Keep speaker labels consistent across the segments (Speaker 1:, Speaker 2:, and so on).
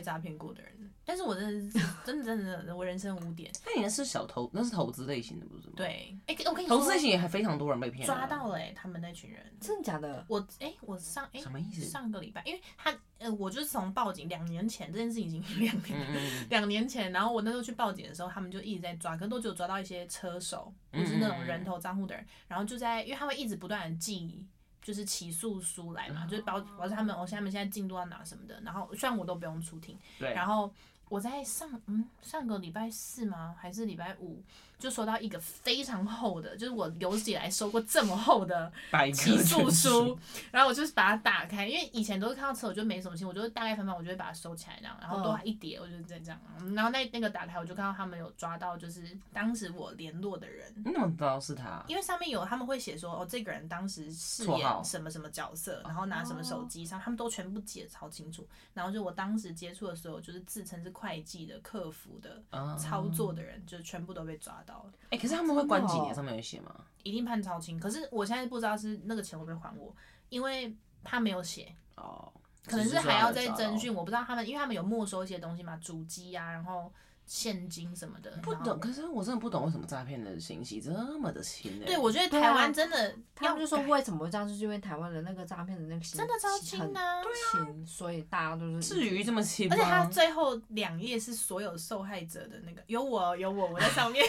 Speaker 1: 诈骗过的人，但是我真的是真的真的真的我人生污点。
Speaker 2: 那你那是小投，那是投资类型的，不是吗？，
Speaker 1: 对，哎、我跟你说，
Speaker 2: 投资类型也还非常多人被骗啊，
Speaker 1: 抓到了哎、他们那群人。
Speaker 3: 真的假的？
Speaker 1: 我哎、我上哎、
Speaker 2: 什么意思？
Speaker 1: 上个礼拜，因为他呃，我就是从报警两年前这件事情已经两
Speaker 2: 嗯
Speaker 1: 年。
Speaker 2: 嗯嗯，
Speaker 1: 两年前，然后我那时候去报警的时候，他们就一直在抓，可是都只有抓到一些车手，或是
Speaker 2: 嗯
Speaker 1: 那种人头账户的人，然后就在，因为他会一直不断的寄，就是起诉书来嘛，就是保保证他们，哦，他们现在进度到哪什么的，然后虽然我都不用出庭。
Speaker 2: 对，
Speaker 1: 然后我在上嗯上个礼拜四吗？还是礼拜五就收到一个非常厚的，就是我有史以来收过这么厚的
Speaker 2: 百科
Speaker 1: 起诉
Speaker 2: 全
Speaker 1: 书， 然后我就是把它打开，因为以前都是看到车我就没什么心，我就大概翻翻，我就会把它收起来这样，然后都
Speaker 3: 嗯
Speaker 1: 一叠，我就这样，然后那那个打开我就看到他们有抓到，就是当时我联络的人，
Speaker 2: 你怎么知道是他？
Speaker 1: 因为上面有他们会写说，哦，这个人当时饰
Speaker 2: 绰号哦
Speaker 1: 演什么什么角色，然后拿什么手机上，他们都全部记得超清楚。然后就我当时接触的所有，就是自称是会计的、客服的、
Speaker 2: 啊
Speaker 1: 操作的人，就全部都被抓到了，
Speaker 2: 哎、可是他们会关几
Speaker 3: 真的
Speaker 2: 年？
Speaker 3: 哦
Speaker 2: 上面有写吗？
Speaker 1: 一定判超轻。可是我现在不知道是那个钱会不会还我，因为他没有写，
Speaker 2: 哦，
Speaker 1: 可能
Speaker 2: 只
Speaker 1: 是
Speaker 2: 说
Speaker 1: 还
Speaker 2: 他
Speaker 1: 要
Speaker 2: 有
Speaker 1: 再
Speaker 2: 抓哦
Speaker 1: 征
Speaker 2: 到。
Speaker 1: 询，我不知道他们，因为他们有没收一些东西嘛，主机啊，然后现金什么的。
Speaker 2: 不
Speaker 1: 然后
Speaker 2: 懂，可是我真的不懂为什么诈骗的信息这么的轻欸呢、
Speaker 1: 对，我觉得
Speaker 3: 对
Speaker 1: 台
Speaker 3: 啊
Speaker 1: 湾真的
Speaker 3: 他
Speaker 1: 要
Speaker 3: 们就说为什么会这样，就是因为台湾的那个诈骗的那个
Speaker 1: 真的超轻
Speaker 3: 很
Speaker 1: 的啊。
Speaker 3: 轻，所以大家都是
Speaker 2: 至于这么轻吗？
Speaker 1: 而且他最后两页是所有受害者的那个，有我，有我，我在上面，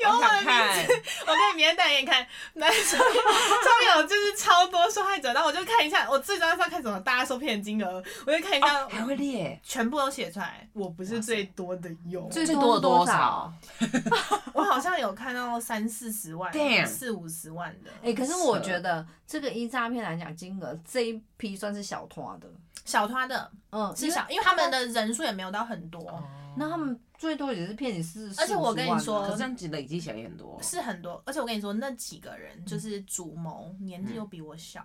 Speaker 1: 有
Speaker 2: 我
Speaker 1: 我的
Speaker 2: 想
Speaker 1: 名
Speaker 2: 看
Speaker 1: 字，我可以明天带给你看。那上面上面有就是超多受害者，然后我就看一下，我最主要是要看什么，大家受骗的金额，我就看一下，
Speaker 2: 还会列
Speaker 1: 全部都写出来，我不是最多的哟，
Speaker 3: 最
Speaker 2: 最多
Speaker 3: 多
Speaker 2: 的
Speaker 3: 是多
Speaker 2: 多
Speaker 3: 少
Speaker 2: 少？
Speaker 1: 我好像有看到三四十万
Speaker 2: Damn、
Speaker 1: 四五十万的
Speaker 3: 哎、可是我
Speaker 2: 扯
Speaker 3: 觉得这个依诈骗来讲，金额这一批算是小团的，
Speaker 1: 小团的，
Speaker 3: 嗯，
Speaker 1: 是小，因为他们的人数也没有到很多。
Speaker 3: 那他们最多也是骗你四十，
Speaker 1: 而且我跟你
Speaker 3: 40
Speaker 1: 说
Speaker 2: 可
Speaker 3: 万啊
Speaker 2: 是这样子累积起来也很多。
Speaker 1: 是很多，而且我跟你说，那几个人
Speaker 2: 嗯
Speaker 1: 就是主谋，年纪又比我小，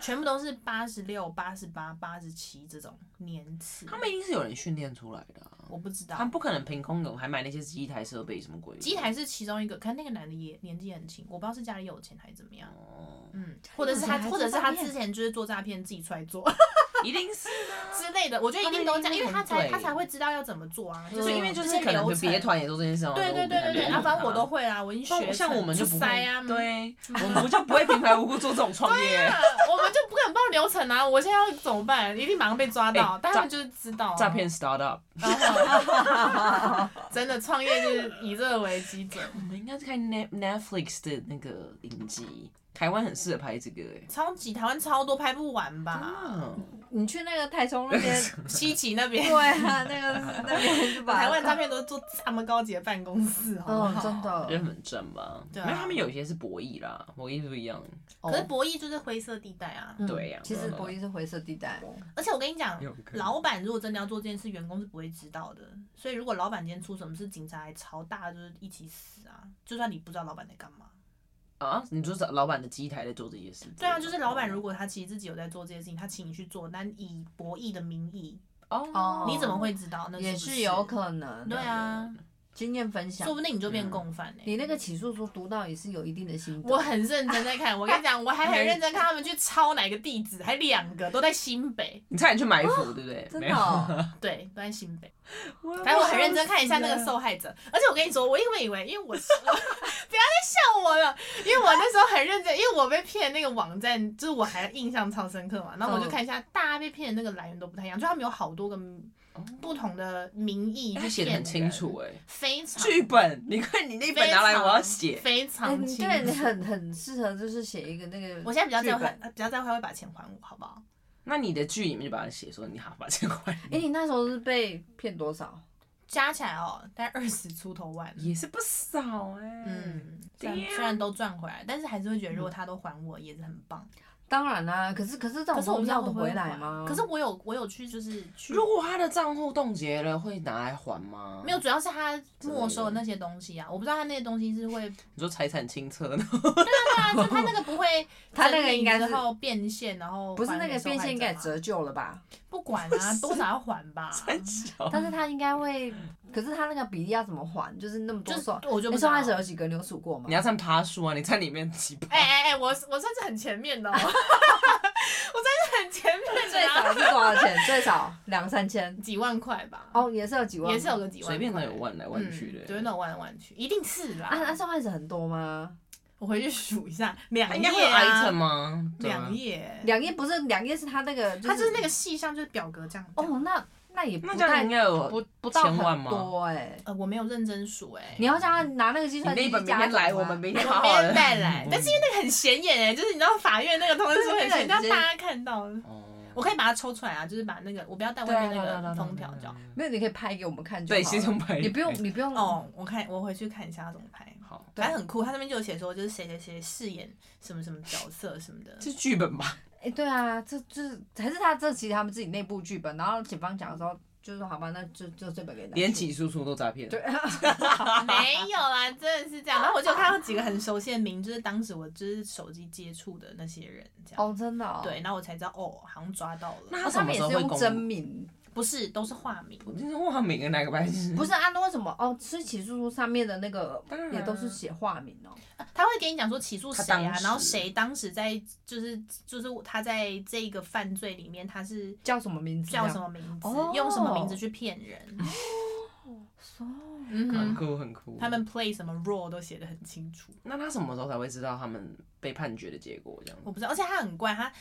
Speaker 1: 全部都是八十六、八十八、八十七这种年次。
Speaker 2: 他们一定是有人训练出来的啊、
Speaker 1: 我不知道
Speaker 2: 他，们不可能凭空有，还买那些机台设备什么鬼的。
Speaker 1: 机台是其中一个，可能那个男的也年纪很轻，我不知道是家里有钱还是怎么样。
Speaker 2: 哦，
Speaker 1: 嗯，或者是他
Speaker 3: 有钱还，
Speaker 1: 或
Speaker 3: 做
Speaker 1: 者是他
Speaker 3: 诈骗
Speaker 1: 之前就是做诈骗，自己出来 做
Speaker 2: 一定是的啊、
Speaker 1: 之类的。我觉得一定都这
Speaker 2: 他
Speaker 1: 样，
Speaker 2: 们一定
Speaker 1: 因为他才
Speaker 2: 很对
Speaker 1: 他才会知道要怎么做啊，就
Speaker 2: 就是
Speaker 1: 是
Speaker 2: 因为就是
Speaker 1: 这些
Speaker 2: 可能
Speaker 1: 流
Speaker 2: 别
Speaker 1: 程。
Speaker 2: 团也都这件事，然后
Speaker 1: 对对对对对，
Speaker 2: 我们
Speaker 1: 啊，反正我都
Speaker 2: 不
Speaker 1: 会啦，我已经
Speaker 2: 太
Speaker 1: 学
Speaker 2: 懂
Speaker 1: 成，
Speaker 2: 像我们就不
Speaker 1: 去
Speaker 2: 会
Speaker 1: 塞啊，
Speaker 2: 对，我们就不会平白无故做这种创业。
Speaker 1: 我们就不敢报流程啊！我现在要怎么办？一定马上被抓到，
Speaker 2: 哎
Speaker 1: 但他们就是知道啊
Speaker 2: 诈骗。startup，
Speaker 1: 真的创业就是以这个为基准，
Speaker 2: 我们应该是看 Net Netflix 的那个影集，台湾很适合拍这个哎、
Speaker 1: 超级台湾超多拍不完吧？
Speaker 2: 啊，
Speaker 3: 你去那个台中 那边，
Speaker 1: 西奇那
Speaker 3: 对
Speaker 1: 边，
Speaker 3: 啊，那个那边是吧？
Speaker 1: 台湾诈哦骗都是做这么高级的办公室，好不
Speaker 3: 嗯，
Speaker 1: 好
Speaker 3: 真。的，
Speaker 2: 人很正吧？
Speaker 1: 对啊
Speaker 2: 没有，他们有一些是博弈啦，博弈是不一样。
Speaker 1: 可是博弈就是灰色地带啊，
Speaker 3: 哦嗯
Speaker 2: 对呀
Speaker 3: 其实博弈是灰色地带，
Speaker 1: 而且我跟你讲
Speaker 2: 有可，能
Speaker 1: 老板如果真的要做这件事，员工是不会知道的。所以如果老板今天出什么事，警察来抄，大家就是一起死啊！就算你不知道老板在干嘛，
Speaker 2: 啊，你就是老板的机台在做这些事。
Speaker 1: 对啊，就是老板如果他其实自己有在做这些事情，他请你去做，但以博弈的名义，
Speaker 2: 哦
Speaker 3: 哦，
Speaker 1: 你怎么会知道那
Speaker 3: 也
Speaker 1: 是不
Speaker 3: 是有可能。
Speaker 1: 对啊，
Speaker 3: 经验分享
Speaker 1: 说，不定你就变共犯呢、欸
Speaker 3: 你那个起诉书读到也是有一定的心得。
Speaker 1: 我很认真在看，我跟你讲，我还很认真看他们去抄哪个地址，还两个都在新北，
Speaker 2: 你差点去埋伏，对不对？
Speaker 3: 真
Speaker 2: 没
Speaker 3: 的
Speaker 2: 有，
Speaker 3: 哦，
Speaker 1: 对，都在新北。
Speaker 2: 反
Speaker 1: 反正我很认真看一下那
Speaker 2: 啊
Speaker 1: 个受害者，而且我跟你说，我因为以为，因为我是 我不要再笑我了，因为我那时候很认真，因为我被骗那个网站，就是我还印象超深刻嘛。
Speaker 2: 嗯
Speaker 1: 然后我就看一下，大家被骗的那个来源都不太一样，就他们有好多个不同的名义
Speaker 2: 哦他
Speaker 1: 去
Speaker 2: 写的
Speaker 1: 骗
Speaker 2: 很清
Speaker 1: 人
Speaker 2: 楚哎，
Speaker 1: 非常
Speaker 2: 剧本，你快你那本拿来，我要写。
Speaker 1: 非
Speaker 3: 哎
Speaker 1: 常
Speaker 3: 你
Speaker 1: 清
Speaker 3: 对，你
Speaker 1: 楚。
Speaker 3: 很很适合，就是写一个那个。
Speaker 1: 我现在比较在
Speaker 3: 剧
Speaker 1: 乎
Speaker 3: 本。
Speaker 1: 他，比较在乎他会把钱还我，好不好？
Speaker 2: 那你的剧里面就把它写说你好把这块
Speaker 3: 哎，你那时候是被骗多少？
Speaker 1: 加起来哦，大概二十出头万。
Speaker 2: 也是不少哎。
Speaker 1: 嗯，虽然
Speaker 2: Damn
Speaker 1: 虽然都赚回来，但是还是会觉得，如
Speaker 3: 嗯
Speaker 1: 果他都还我，也是很棒。
Speaker 3: 当然啦、可是可是这种
Speaker 1: 可是我
Speaker 3: 东
Speaker 1: 不
Speaker 3: 西
Speaker 1: 知道
Speaker 3: 要
Speaker 1: 会
Speaker 3: 得
Speaker 1: 不会
Speaker 3: 回来
Speaker 1: 还
Speaker 3: 吗？
Speaker 1: 可是我有我有去，就是去
Speaker 2: 如果他的账户冻结了，会拿来还吗？
Speaker 1: 没有，，主要是他没收的那些东西啊，我不知道他那些东西是会，
Speaker 2: 你说财产清 册呢？
Speaker 1: 对啊，就他那个不会，
Speaker 3: 他那个应该是
Speaker 1: 之后变现，然后
Speaker 3: 不是
Speaker 1: 还
Speaker 3: 那
Speaker 1: 给
Speaker 3: 个
Speaker 1: 受啊
Speaker 3: 变
Speaker 1: 害
Speaker 3: 现应该也
Speaker 1: 者吗
Speaker 3: 折旧 了吧？
Speaker 1: 不管 啊，多少要还吧。
Speaker 2: 很小。
Speaker 3: 但是他应该会，可是他那个比例要怎么还？就是那么多
Speaker 1: 就是
Speaker 3: 受，
Speaker 1: 我就
Speaker 3: 你
Speaker 1: 不
Speaker 3: 受害
Speaker 1: 知道
Speaker 3: 者有几个？你有数过吗
Speaker 2: 你？要算趴数啊，你在里面几趴？
Speaker 1: 哎哎哎，我我算是很前面的、哦，我算是很前前面
Speaker 3: 最
Speaker 1: 拿
Speaker 3: 少是多少钱？最少两三千。
Speaker 1: 几万块吧，
Speaker 3: 哦，也是有几万，
Speaker 1: 也是有个几万块，
Speaker 2: 随便能有万来万去的
Speaker 1: 嗯对，那种弯来弯去，一定是啦。
Speaker 3: 啊，那受害者很多吗？
Speaker 1: 我回去数一下，两
Speaker 2: 应
Speaker 1: 页
Speaker 2: 该会有 item
Speaker 1: 啊，
Speaker 2: 吗？对啊
Speaker 1: 两页，
Speaker 3: 两页不是两页是他那个，
Speaker 1: 它就是那个细项，就是表格这样。
Speaker 3: 哦，那那也不
Speaker 2: 那这样
Speaker 3: 太
Speaker 2: 应该有
Speaker 3: 不
Speaker 2: 不
Speaker 3: 不到
Speaker 2: 千万
Speaker 3: 很
Speaker 2: 吗？
Speaker 3: 多哎。
Speaker 1: 呃，我没有认真数哎，
Speaker 3: 你要叫他拿那个计
Speaker 2: 你
Speaker 3: 算
Speaker 2: 那
Speaker 3: 机
Speaker 2: 一本明
Speaker 3: 加
Speaker 2: 天
Speaker 3: 总
Speaker 2: 来，
Speaker 3: 啊
Speaker 2: 我们明
Speaker 1: 我
Speaker 2: 天好好
Speaker 1: 没
Speaker 2: 的
Speaker 1: 人带来，但是因为那个很显眼哎，就是你知道法院那个通知书很显眼，
Speaker 3: 对那
Speaker 1: 让
Speaker 3: 个
Speaker 1: 大家看到。
Speaker 2: 哦
Speaker 1: 我可以把它抽出来啊，就是把那个我不要带外
Speaker 2: 啊
Speaker 1: 面那个封条就好。
Speaker 3: 没有，你可以拍给我们看就好
Speaker 2: 对，
Speaker 3: 了。
Speaker 2: 先从白
Speaker 3: 你不用，你不用
Speaker 1: 哦，我看我回去看一下它怎么拍，
Speaker 2: 好，
Speaker 1: 反正很酷。它那边就有写说，就是谁谁谁饰演什么什么角色什么的。
Speaker 2: 这是剧本吧？
Speaker 3: 哎、对啊，这就是还是他这其实他们自己内部剧本，然后警方讲的时候就说好吧，那就就这本给你拿去。
Speaker 2: 连起诉书都诈骗，
Speaker 3: 对，
Speaker 1: 没有啦，真的是这样。然后我就看到几个很熟悉的名，就是当时我就是手机接触的那些人，这样。
Speaker 3: 哦，真的、哦。
Speaker 1: 对，，然后我才知道哦，好像抓到了。
Speaker 2: 那
Speaker 3: 哦、他们也是
Speaker 2: 什么时候会
Speaker 3: 用
Speaker 2: 公布
Speaker 3: 真名，
Speaker 1: 不是，都是化名。
Speaker 2: 我真是忘了每个哪个白痴。
Speaker 3: 不是啊？那为什么哦？是起诉书上面的那个
Speaker 2: 当然啊
Speaker 3: 也都是写化名哦。
Speaker 1: 他会给你讲说起诉谁
Speaker 2: 他当
Speaker 1: 啊，
Speaker 2: 时
Speaker 1: 然后谁当时在就是就是他在这个犯罪里面他是
Speaker 3: 叫什么名字？
Speaker 1: 叫什？么名字，
Speaker 3: 哦
Speaker 1: 用什么名字去骗 人，嗯
Speaker 2: 很
Speaker 1: 哼，
Speaker 2: 酷很酷。
Speaker 1: 他们 play 什么 role 都写的很清楚。
Speaker 2: 那他什么时候才会知道他们被判决的结果？这样
Speaker 1: 我不知道，而且他很怪，他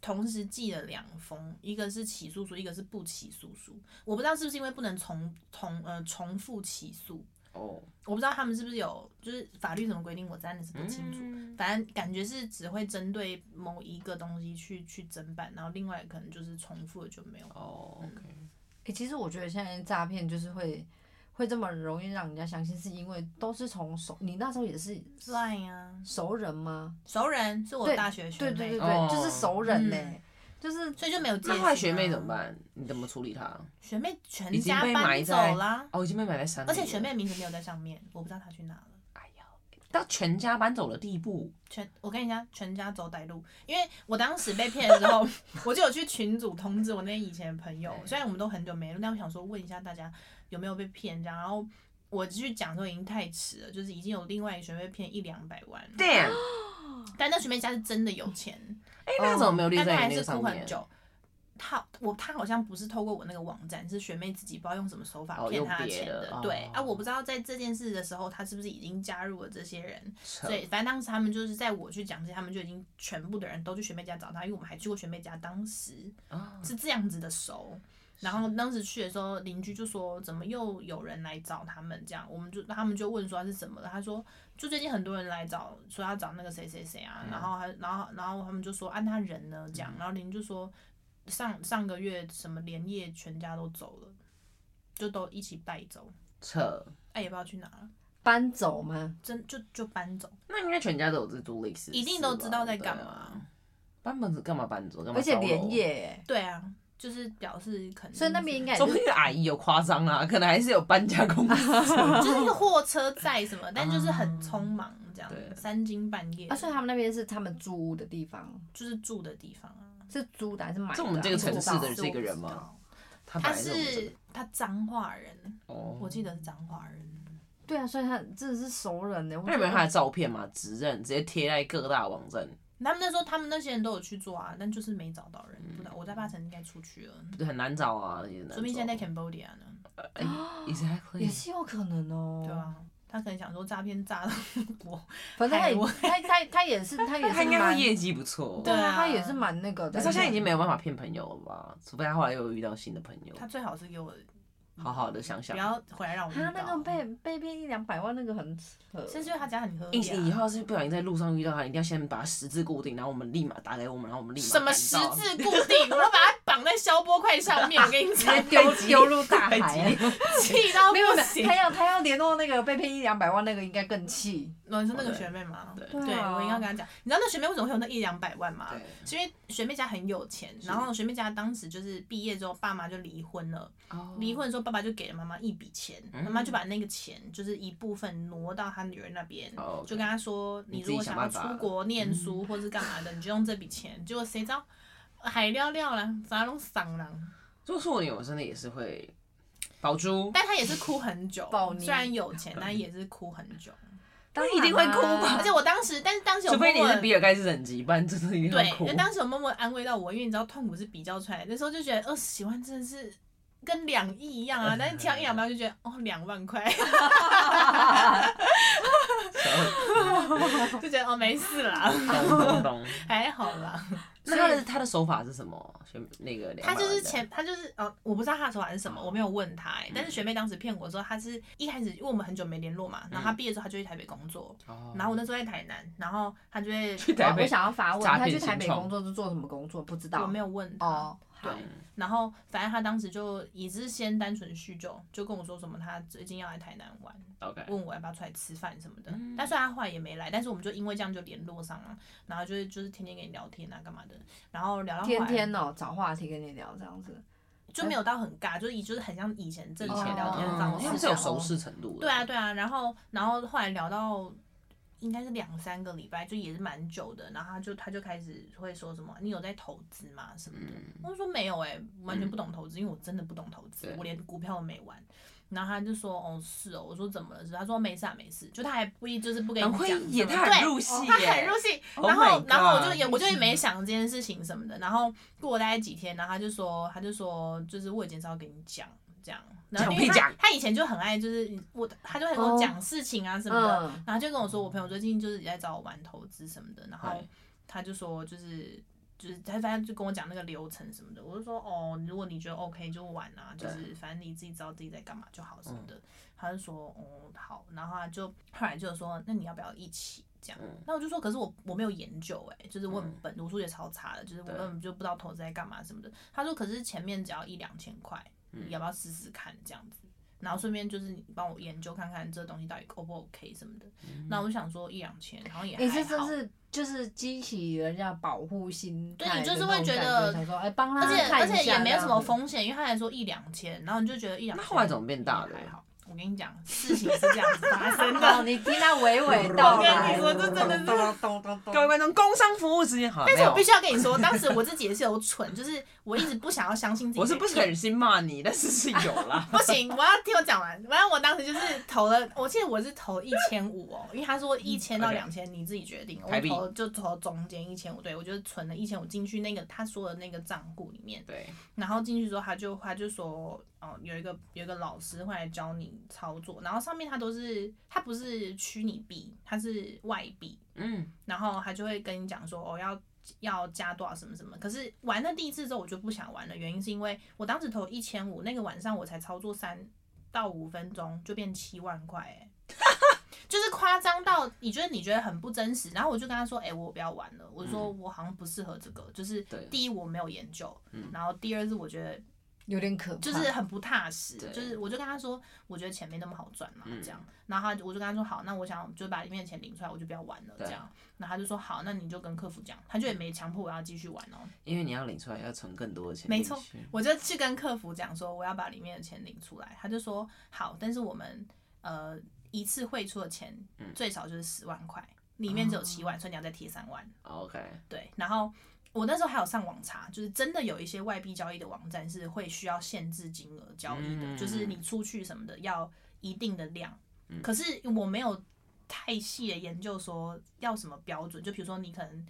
Speaker 1: 同时寄了两封，一个是起诉书，一个是不起诉书。我不知道是不是因为不能重重呃重复起诉，
Speaker 2: 哦，
Speaker 1: 我不知道他们是不是有就是法律怎么规定，我真的是不清楚。
Speaker 2: 嗯
Speaker 1: 反正感觉是只会针对某一个东西去去侦办，然后另外可能就是重复的就没有。
Speaker 2: 哦，OK，
Speaker 1: 嗯
Speaker 3: 哎、其实我觉得现在诈骗就是会会这么容易让人家相信，是因为都是从熟，你那时候也是
Speaker 1: Line 啊，
Speaker 3: 熟人吗？
Speaker 1: 熟人是我
Speaker 3: 对
Speaker 1: 大学学
Speaker 3: 对
Speaker 1: 妹，
Speaker 3: 对对
Speaker 2: 哦
Speaker 3: 对，就是熟人呢、
Speaker 1: 嗯
Speaker 3: 就是
Speaker 1: 所以就没有戒心、
Speaker 2: 那
Speaker 1: 啊。
Speaker 2: 后来学妹怎么？办？你怎么处理她？
Speaker 1: 学妹全
Speaker 2: 已经
Speaker 1: 家
Speaker 2: 被埋
Speaker 1: 搬走
Speaker 2: 在
Speaker 1: 啦，
Speaker 2: 哦，已经被埋在山里了。
Speaker 1: 而且学妹名字没有在上面，我不知道她去哪了。
Speaker 2: 到全家搬走的地步，
Speaker 1: 全，我跟你讲，全家走歹路，因为我当时被骗的时候， 我就有去群组通知我那以前的朋友，虽然我们都很久没录，但我想说问一下大家有没有被骗这样，然后我去讲说已经太迟了，就是已经有另外一个学妹被骗一两百万，
Speaker 2: damn，
Speaker 1: 但那学妹家是真的有钱，
Speaker 2: 哎，那怎么没有列
Speaker 1: 哦但她
Speaker 2: 在
Speaker 1: 还
Speaker 2: 你那
Speaker 1: 是
Speaker 2: 个上
Speaker 1: 哭很
Speaker 2: 面？
Speaker 1: 久。她我她好像不是透过我那个网站，是学妹自己不知道用什么手法
Speaker 2: 哦
Speaker 1: 骗
Speaker 2: 用
Speaker 1: 她的
Speaker 2: 别
Speaker 1: 钱
Speaker 2: 的
Speaker 1: 的。
Speaker 2: 哦
Speaker 1: 对啊，我不知道在这件事的时候，她是不是已经加入了这些人，
Speaker 2: 扯
Speaker 1: 所以反正当时他们就是在我去讲这些，他们就已经全部的人都去学妹家找他，因为我们还去过学妹家，当时
Speaker 2: 啊
Speaker 1: 是这样子的熟。然后当时去的时候，邻居就说怎么又有人来找他们这样，我们就他们就问说是怎么了，他说就最近很多人来找，说要找那个谁谁谁啊，
Speaker 2: 嗯
Speaker 1: 然后还然后然后他们就说按他人呢这样，然后邻居就说上上个月什么连夜全家都走了，就都一起带走，
Speaker 2: 扯，
Speaker 1: 哎也不知道去哪了，
Speaker 3: 搬走吗？
Speaker 1: 真就就搬走，
Speaker 2: 那应该全家都有这租类似，
Speaker 1: 一定都知道在干嘛。
Speaker 2: 对啊。搬本子干嘛搬走？干嘛？
Speaker 3: 而且连，夜、
Speaker 1: 对啊，就是表示肯定是，
Speaker 3: 所以那边应该也
Speaker 2: 说
Speaker 3: 就
Speaker 2: 不
Speaker 3: 是
Speaker 2: 定阿姨有夸张啦， 可能还是有搬家 公司。
Speaker 1: 就是一个货车载什么，但就是很匆忙这样，
Speaker 2: 对
Speaker 1: 三更半夜，
Speaker 3: 啊，所以他们那边是他们租屋的地方，
Speaker 1: 就是住的地方啊。
Speaker 3: 是租的还是买的啊？
Speaker 2: 是我们这个城市的人
Speaker 1: 这
Speaker 2: 是一个人吗？他本
Speaker 1: 他
Speaker 2: 来是我们这个
Speaker 1: 是他彰化人，
Speaker 2: 哦
Speaker 1: 我记得是彰化人，
Speaker 3: 对啊，所以他真的是熟人呢。我
Speaker 2: 那有没有
Speaker 3: 觉得
Speaker 2: 他的照片嘛？指认直接贴在各大网站，
Speaker 1: 他们那时候他们那些人都有去做啊，但就是没找到人，不知道我在八城应该出去了，
Speaker 2: 很嗯难找啊，也很难找。
Speaker 1: 说明现在在 Cambodia 呢，
Speaker 2: 哎
Speaker 3: 也
Speaker 2: ，exactly，
Speaker 3: 是有可能哦。
Speaker 1: 对，啊，他可能想说诈骗诈
Speaker 2: 哦
Speaker 1: 到国，
Speaker 3: 反正他也
Speaker 1: 海外
Speaker 3: 他他他也是他 也
Speaker 2: 他
Speaker 3: 是
Speaker 2: 应该
Speaker 3: 蛮
Speaker 2: 会业绩不错
Speaker 3: 对。
Speaker 1: 对
Speaker 3: 啊，
Speaker 1: 啊
Speaker 3: 他也是蛮那个
Speaker 2: 可
Speaker 3: 的。
Speaker 2: 是他现在已经没有办法骗朋友了吧？除非他后来又遇到新的朋友，
Speaker 1: 他最好是给我
Speaker 2: 好好的想想
Speaker 1: 不。要回来让我遇
Speaker 3: 他
Speaker 1: 到，啊
Speaker 3: 那个被被骗一两百万那个很扯，
Speaker 1: 甚至他家很啊喝
Speaker 2: 以以
Speaker 1: 呀。
Speaker 2: 后是不小心在路上遇到他，一定要先把他十字固定，然后我们立马打给我们，然后我们立马
Speaker 1: 什么十字固定？我把它绑在消波块上面，我跟你 讲，
Speaker 3: 丢丢入大海
Speaker 2: 太激
Speaker 3: 啊。
Speaker 1: 气到
Speaker 3: 没有
Speaker 1: 不
Speaker 3: 没
Speaker 1: 行
Speaker 3: 有，。他要他要联络那个被骗一两百万那个应该更气。
Speaker 1: 哦，你说那个学妹吗？
Speaker 2: 对啊
Speaker 1: 对，我应该跟她讲。你知道那学妹为什么会有那一两百万吗
Speaker 2: 对？
Speaker 1: 是因为学妹家很有钱，然后学妹家当时就是毕业之后，爸妈就离婚了。
Speaker 2: 哦
Speaker 1: 离婚的时候，爸爸就给了妈妈一笔钱，
Speaker 2: 嗯
Speaker 1: 妈妈就把那个钱就是一部分挪到她女儿那边，
Speaker 2: 哦，
Speaker 1: 就跟她说，
Speaker 2: 你
Speaker 1: 你
Speaker 2: 自己
Speaker 1: 如果
Speaker 2: 想
Speaker 1: 想要
Speaker 2: 办法嗯
Speaker 1: 出国念书或是干嘛的，你就用这笔钱。结果谁知道海料料啦，啥拢上了。
Speaker 2: 就是我女，我真的也是会保珠，
Speaker 1: 但她也是哭很久
Speaker 3: 暴，虐
Speaker 1: 虽然有钱，但也是哭很久。
Speaker 3: 当
Speaker 2: 一定会
Speaker 3: 然啊
Speaker 2: 哭吧
Speaker 1: 而且我当时，但是当时有
Speaker 2: 除非你
Speaker 1: 默默
Speaker 2: 是比尔盖茨等级，不然真的一定会
Speaker 1: 对，
Speaker 2: 哭
Speaker 1: 因为。当时有默默安慰到我，因为你知道痛苦是比较出来的，那时候就觉得二十几万真的是跟两亿一 样啊，但是挑一两包就觉得哦两万块， 就觉得哦没事啦，
Speaker 2: 懂懂 懂。
Speaker 1: 还好啦。
Speaker 2: 那他的他的手法是什么？选那个
Speaker 1: 他就是
Speaker 2: 前
Speaker 1: 前他就是哦，我不知道他的手法是什么，我没有问他、欸，但是学妹当时骗我说他是一开始因为我们很久没联络嘛，然后
Speaker 2: 嗯
Speaker 1: 他毕业之后他就去台北工作，
Speaker 3: 哦
Speaker 1: 然后我那时候在台南，然后他就会
Speaker 2: 哦去台
Speaker 3: 我
Speaker 2: 北
Speaker 3: 我想要发问，
Speaker 2: 诈
Speaker 3: 他
Speaker 2: 骗
Speaker 3: 去台北
Speaker 2: 新创
Speaker 3: 工作是做什么工作？不知道。
Speaker 1: 我没有啊问他，
Speaker 3: 哦，
Speaker 1: 对
Speaker 3: 好，
Speaker 1: 然后反正他当时就也是先单纯叙旧，就跟我说什么他最近要来台南玩，
Speaker 2: OK，
Speaker 1: 问我要不要出来吃饭什么的。
Speaker 3: 嗯
Speaker 1: 但虽然他后来也没来，但是我们就因为这样就联络上了，然后就是就是天天跟你聊天啊干嘛的，然后聊到后
Speaker 3: 天
Speaker 1: 来
Speaker 3: 天哦，找话题跟你聊这样子。
Speaker 1: 就没有到很尬，就是以就是很像以前正
Speaker 2: 以
Speaker 1: 常
Speaker 2: 前
Speaker 1: 聊
Speaker 2: 聊
Speaker 1: 天的
Speaker 3: 哦
Speaker 1: 方式。
Speaker 2: 天，嗯他们是
Speaker 3: 这
Speaker 2: 有
Speaker 3: 样
Speaker 2: 熟识程度的。
Speaker 1: 对啊，对啊，然后然后后来聊到应该是两三个礼拜，就也是蛮久的。然后他就他就开始会说什么你有在投资吗什么的。
Speaker 2: 嗯
Speaker 1: 我就说没有哎、完全不懂投资，因为我真的不懂投资
Speaker 2: 对，
Speaker 1: 我连股票都没玩。然后他就说哦是哦，我说怎么了？是他说没事啊没事，就他还故意就是不跟
Speaker 2: 很
Speaker 1: 你
Speaker 2: 会
Speaker 1: 讲，
Speaker 2: 演，
Speaker 1: 对哦
Speaker 2: 他很入戏耶，
Speaker 1: 他很入戏，
Speaker 2: Oh
Speaker 1: 然后
Speaker 2: my
Speaker 1: 然后我就
Speaker 2: God 嗯
Speaker 1: 也我就也没想这件事情什么的，然后过大概几天，然后他就说他就说就是我有件事要跟你讲这样，然后因
Speaker 2: 讲
Speaker 1: 为
Speaker 2: 屁
Speaker 1: 他
Speaker 2: 讲
Speaker 1: 他以前就很爱就是我他就很跟我
Speaker 3: 哦
Speaker 1: 讲事情啊什么的，
Speaker 3: 嗯，
Speaker 1: 然后他就跟我说我朋友最近就是也在找我玩投资什么的，然后
Speaker 2: 对
Speaker 1: 他就说就是。就是他反正就跟我讲那个流程什么的，我就说哦，如果你觉得 OK 就玩啊，就
Speaker 2: 对嗯
Speaker 1: 是反正你自己知道自己在干嘛就好什么的。他就说哦好，然后他就后来就说那你要不要一起这样？
Speaker 2: 嗯
Speaker 1: 那我就说可是我我没有研究哎、就是我很笨，我数学超差的，就是我
Speaker 2: 对
Speaker 1: 根本就不知道投资在干嘛什么的。他说可是前面只要一两千块，
Speaker 2: 嗯
Speaker 1: 你要不要试试看这样子？然后顺便就是你帮我研究看看这东西到底 O 不 OK 什么的。
Speaker 2: 嗯
Speaker 1: 那我就想说一两千，好像也还
Speaker 3: 你
Speaker 1: 好。
Speaker 3: 这真是就是激起人家保护心
Speaker 1: 对
Speaker 3: 态
Speaker 1: 你
Speaker 3: 的
Speaker 1: 就
Speaker 3: 那
Speaker 1: 是
Speaker 3: 种
Speaker 1: 会
Speaker 3: 感觉，
Speaker 1: 觉得
Speaker 3: 想说哎帮他
Speaker 1: 而且
Speaker 3: 看
Speaker 1: 而
Speaker 3: 一
Speaker 1: 且
Speaker 3: 下
Speaker 1: 也没有
Speaker 3: 这
Speaker 1: 什
Speaker 3: 样
Speaker 1: 么
Speaker 3: 子
Speaker 1: 风险，因为他还说一两千，然后你就觉得一两千。
Speaker 2: 那后来怎么变大的
Speaker 1: 也还好，哦我跟你讲，事情是这样子发生
Speaker 3: 好，
Speaker 1: 的。
Speaker 3: 哦你听他娓娓道来。
Speaker 1: 我跟你说这真的是
Speaker 3: 咚咚
Speaker 2: 各位观众，工商服务时间好了，
Speaker 1: 但是我
Speaker 2: 没有
Speaker 1: 必须要跟你说，当时我自己也是有蠢，就是我一直不想要相信自己。
Speaker 2: 我是不
Speaker 1: 行，
Speaker 2: 忍心骂你，但是是有啦
Speaker 1: 。不行，我要听我讲完。反正我当时就是投了，我记得我是投一千五哦，因为他说一千到
Speaker 2: OK
Speaker 1: 两千你自己决定，我
Speaker 2: 台币
Speaker 1: 投就投中间一千五，对我就是存了一千五进去那个他说的那个账户里面，
Speaker 2: 对，
Speaker 1: 然后进去之后他就他就说哦有一个有一个老师会来教你操作，然后上面他都是他不是虚拟币，他是外币，
Speaker 2: 嗯，
Speaker 1: 然后他就会跟你讲说，哦，要要加多少什么什么。可是玩了第一次之后，我就不想玩了，原因是因为我当时投一千五，那个晚上我才操作三到五分钟就变七万块、欸， 就是夸张到你觉得你觉得很不真实。然后我就跟他说，哎、我不要玩了，我说我好像不适合这个，就是
Speaker 2: 嗯对啊
Speaker 1: 第一我没有研究
Speaker 2: 嗯，
Speaker 1: 然后第二是我觉得
Speaker 3: 有点可怕。
Speaker 1: 就是很不踏实，
Speaker 2: 对
Speaker 1: 就是我就跟他说，我觉得钱没那么好赚嘛，
Speaker 2: 嗯
Speaker 1: 这样，然后他就我就跟他说好，那我想就把里面的钱领出来，我就不要玩了，
Speaker 2: 对
Speaker 1: 这样，然后他就说好，那你就跟客服讲，他就也没强迫我要继续玩哦，
Speaker 2: 因为你要领出来要存更多的钱，
Speaker 1: 没错，我就去跟客服讲说我要把里面的钱领出来，他就说好，但是我们呃一次汇出的钱
Speaker 2: 嗯哦
Speaker 1: 最少就是十万块，里面只有七万，所以你要再贴三万，
Speaker 2: OK，
Speaker 1: 对，然后。我那时候还有上网查，就是真的有一些外币交易的网站是会需要限制金额交易的，
Speaker 2: 嗯
Speaker 1: 就是你出去什么的要一定的量。
Speaker 2: 嗯
Speaker 1: 可是我没有太细的研究说要什么标准，就比如说你可能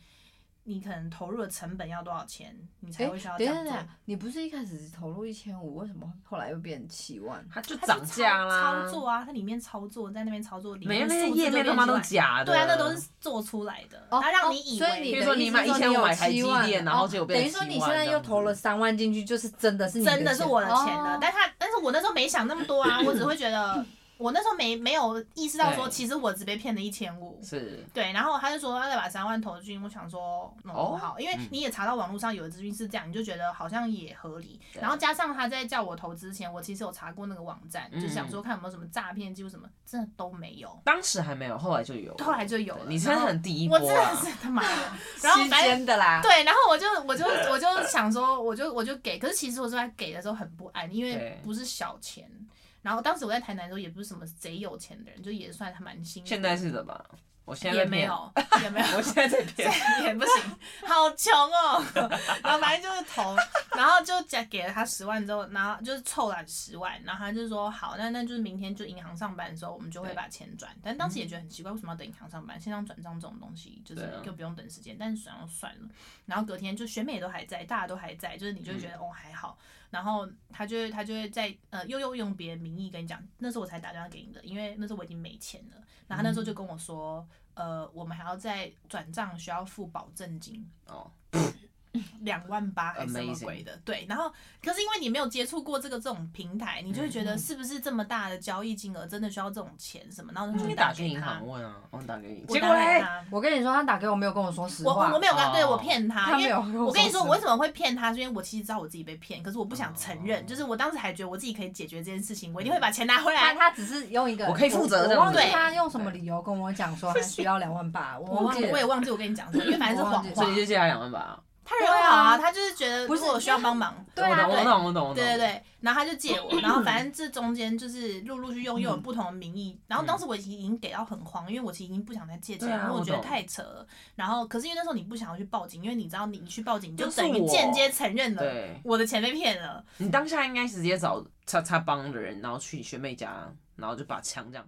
Speaker 1: 你可能投入的成本要多少钱，你才
Speaker 3: 哎，
Speaker 1: 会需要这
Speaker 3: 等一
Speaker 1: 样
Speaker 3: 下等一
Speaker 1: 做。
Speaker 3: 下，你不是一开始投入一千五，为什么后来又变七万？
Speaker 2: 它就
Speaker 1: 它
Speaker 2: 涨
Speaker 1: 是
Speaker 2: 价
Speaker 1: 操
Speaker 2: 啦，
Speaker 1: 操作啊，它里面操作在那边操作，里
Speaker 2: 没有
Speaker 1: 面
Speaker 2: 那些
Speaker 1: 数字
Speaker 2: 页面
Speaker 1: 就
Speaker 2: 他妈
Speaker 1: 变
Speaker 2: 都
Speaker 1: 出来
Speaker 2: 假的，哦
Speaker 1: 对啊，那都是做出来的，它、让你以
Speaker 3: 哦所
Speaker 1: 为。
Speaker 3: 以
Speaker 2: 比
Speaker 3: 你的
Speaker 2: 如说你买
Speaker 3: 意思是
Speaker 2: 1500
Speaker 3: 有
Speaker 2: 买台积
Speaker 3: 7万
Speaker 2: 电然后
Speaker 3: 哦
Speaker 2: 结果变
Speaker 3: 等于
Speaker 2: 成
Speaker 3: 说
Speaker 2: 7
Speaker 3: 你
Speaker 2: 万
Speaker 3: 现
Speaker 2: 这
Speaker 3: 在又
Speaker 2: 样子
Speaker 3: 投了三万进去，就是真的是你
Speaker 1: 真的是
Speaker 3: 钱
Speaker 1: 我的钱的，
Speaker 3: 哦
Speaker 1: 但他但是我那时候没想那么多啊，我只会觉得 我那时候没没有意识到说，
Speaker 2: 嗯对
Speaker 1: 其实我只被骗了一千五。
Speaker 2: 是
Speaker 1: 对，然后他就说他再把三万投进，我想说，嗯，
Speaker 2: 哦
Speaker 1: 好，因为
Speaker 2: 嗯
Speaker 1: 你也查到网络上有的资讯是这样，你就觉得好像也合理。
Speaker 2: 对
Speaker 1: 然后加上他在叫我投之前，我其实有查过那个网站，
Speaker 2: 嗯
Speaker 1: 就想说看有没有什么诈骗记录什么，真的都没有。
Speaker 2: 当时还没有，后来就有了，
Speaker 1: 后来就有了
Speaker 2: 对你真的很第一波
Speaker 1: 我真的
Speaker 2: 啊，
Speaker 1: 是他 妈的，然后
Speaker 3: 新
Speaker 1: 反正
Speaker 3: 鲜的啦。
Speaker 1: 对，然后我就我就我就想说，我就我就给，可是其实我在给的时候很不安，因为
Speaker 2: 对
Speaker 1: 不是小钱。然后当时我在台南的时候也不是什么贼有钱的人，就也算还蛮辛苦。
Speaker 2: 现在是的吧？我现在
Speaker 1: 也
Speaker 2: 在
Speaker 1: 没
Speaker 2: 骗，
Speaker 1: 有，也没有，
Speaker 2: 我现 在在骗。
Speaker 1: 也不行，好穷哦。然后反正就是投，然后就给给了他十万之后，然后就是凑了十万，然后他就说好，那那就是明天就银行上班的时候，我们就会
Speaker 2: 对嗯
Speaker 1: 把钱转。但当时也觉得很奇怪，为什么要等银行上班？线上转账这种东西就是
Speaker 2: 对啊
Speaker 1: 又不用等时间，但是算了算了。然后隔天就学妹也都还在，大家都还在，就是你就会觉得、
Speaker 2: 嗯
Speaker 1: 哦还好。然后他就会他就会在呃又又用别人名义跟你讲，那时候我才打电话给你的，因为那时候我已经没钱了。然后他那时
Speaker 2: 嗯
Speaker 1: 候就跟我说，呃，我们还要再转账需要付保证金，
Speaker 2: 哦，
Speaker 1: 两万八还是什么
Speaker 2: Amazing
Speaker 1: 鬼的，对。然后，可是因为你没有接触过这个这种平台，你就会觉
Speaker 2: 嗯
Speaker 1: 得是不是这么大的交易金额真的需要这种钱什么？然后
Speaker 2: 嗯你
Speaker 1: 就
Speaker 2: 打给
Speaker 1: 给
Speaker 2: 银
Speaker 1: 他
Speaker 2: 行，问啊，我打给银行，
Speaker 1: 我
Speaker 2: 结
Speaker 1: 打
Speaker 2: 果
Speaker 1: 给
Speaker 2: 嘞，
Speaker 1: 他，
Speaker 3: 我跟你说，他打给我没有跟我说实
Speaker 1: 我
Speaker 3: 话，
Speaker 1: 我我没有跟他，对
Speaker 2: 哦
Speaker 1: 我骗他，
Speaker 3: 他
Speaker 1: 因
Speaker 3: 没
Speaker 1: 为
Speaker 3: 有跟我
Speaker 1: 我跟你说，
Speaker 3: 实
Speaker 1: 我为
Speaker 3: 话
Speaker 1: 什么会骗他？是因为我其实知道我自己被骗，可是我不想承认，
Speaker 2: 哦
Speaker 1: 就是我当时还觉得我自己可以解决这件事情，我一定会把钱拿回
Speaker 3: 他
Speaker 1: 来。
Speaker 3: 他只是用一个
Speaker 2: 我可以负责
Speaker 3: 我
Speaker 2: 这
Speaker 3: 我
Speaker 2: 样
Speaker 3: 忘记
Speaker 1: 子
Speaker 3: 他用什么理由跟我讲说他需要两万八，
Speaker 1: 我
Speaker 3: 我
Speaker 1: 忘
Speaker 3: 忘
Speaker 1: 记
Speaker 3: 记
Speaker 1: 我
Speaker 3: 了。
Speaker 1: 也忘记我跟你讲什么，因为反正是
Speaker 3: 我
Speaker 1: 谎
Speaker 3: 忘记了
Speaker 2: 所以你
Speaker 1: 话。
Speaker 2: 就借他两万八。
Speaker 1: 他人很好啊，他就是觉得
Speaker 3: 不
Speaker 1: 如
Speaker 3: 是
Speaker 1: 果我需要帮忙，
Speaker 3: 对
Speaker 2: 我
Speaker 3: 啊
Speaker 2: 懂，我懂，我懂，我懂。
Speaker 1: 对对对，然后他就借我，然后反正这中间就是陆陆续续用
Speaker 2: 嗯
Speaker 1: 又有不同的名义，然后当时我已经已经给到很慌，因为我其实已经不想再借钱
Speaker 2: 对
Speaker 1: 了，
Speaker 2: 啊
Speaker 1: 因为我
Speaker 2: 我
Speaker 1: 觉得
Speaker 2: 懂
Speaker 1: 太扯了。然后可是因为那时候你不想要去报警，因为你知道你一去报警，你就
Speaker 2: 就是
Speaker 1: 等于
Speaker 2: 我
Speaker 1: 间接承认了
Speaker 2: 对，
Speaker 1: 我的钱被骗了。
Speaker 2: 你当下应该直接找叉叉帮的人，然后去你学妹家，然后就把枪这样。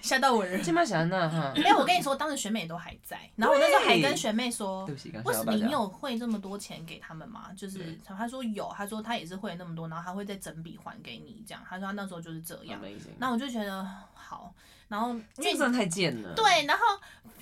Speaker 1: 吓到我人。
Speaker 2: 这么想呢哈，
Speaker 1: 没有，我跟你说，当时学妹也都还在，然后我那时候还跟学妹说
Speaker 2: 对。不起，刚
Speaker 1: 为
Speaker 2: 吓
Speaker 1: 什
Speaker 2: 到
Speaker 1: 么
Speaker 2: 大
Speaker 1: 你
Speaker 2: 家。
Speaker 1: 有汇这么多钱给他们吗？就是他说有，他说他也是汇了那么多，然后他会再整笔还给你这样。他说他那时候就是这样，
Speaker 2: Amazing，
Speaker 1: 那我就觉得好，然后因为
Speaker 2: 嗯这真的太贱了。，
Speaker 1: 对，然后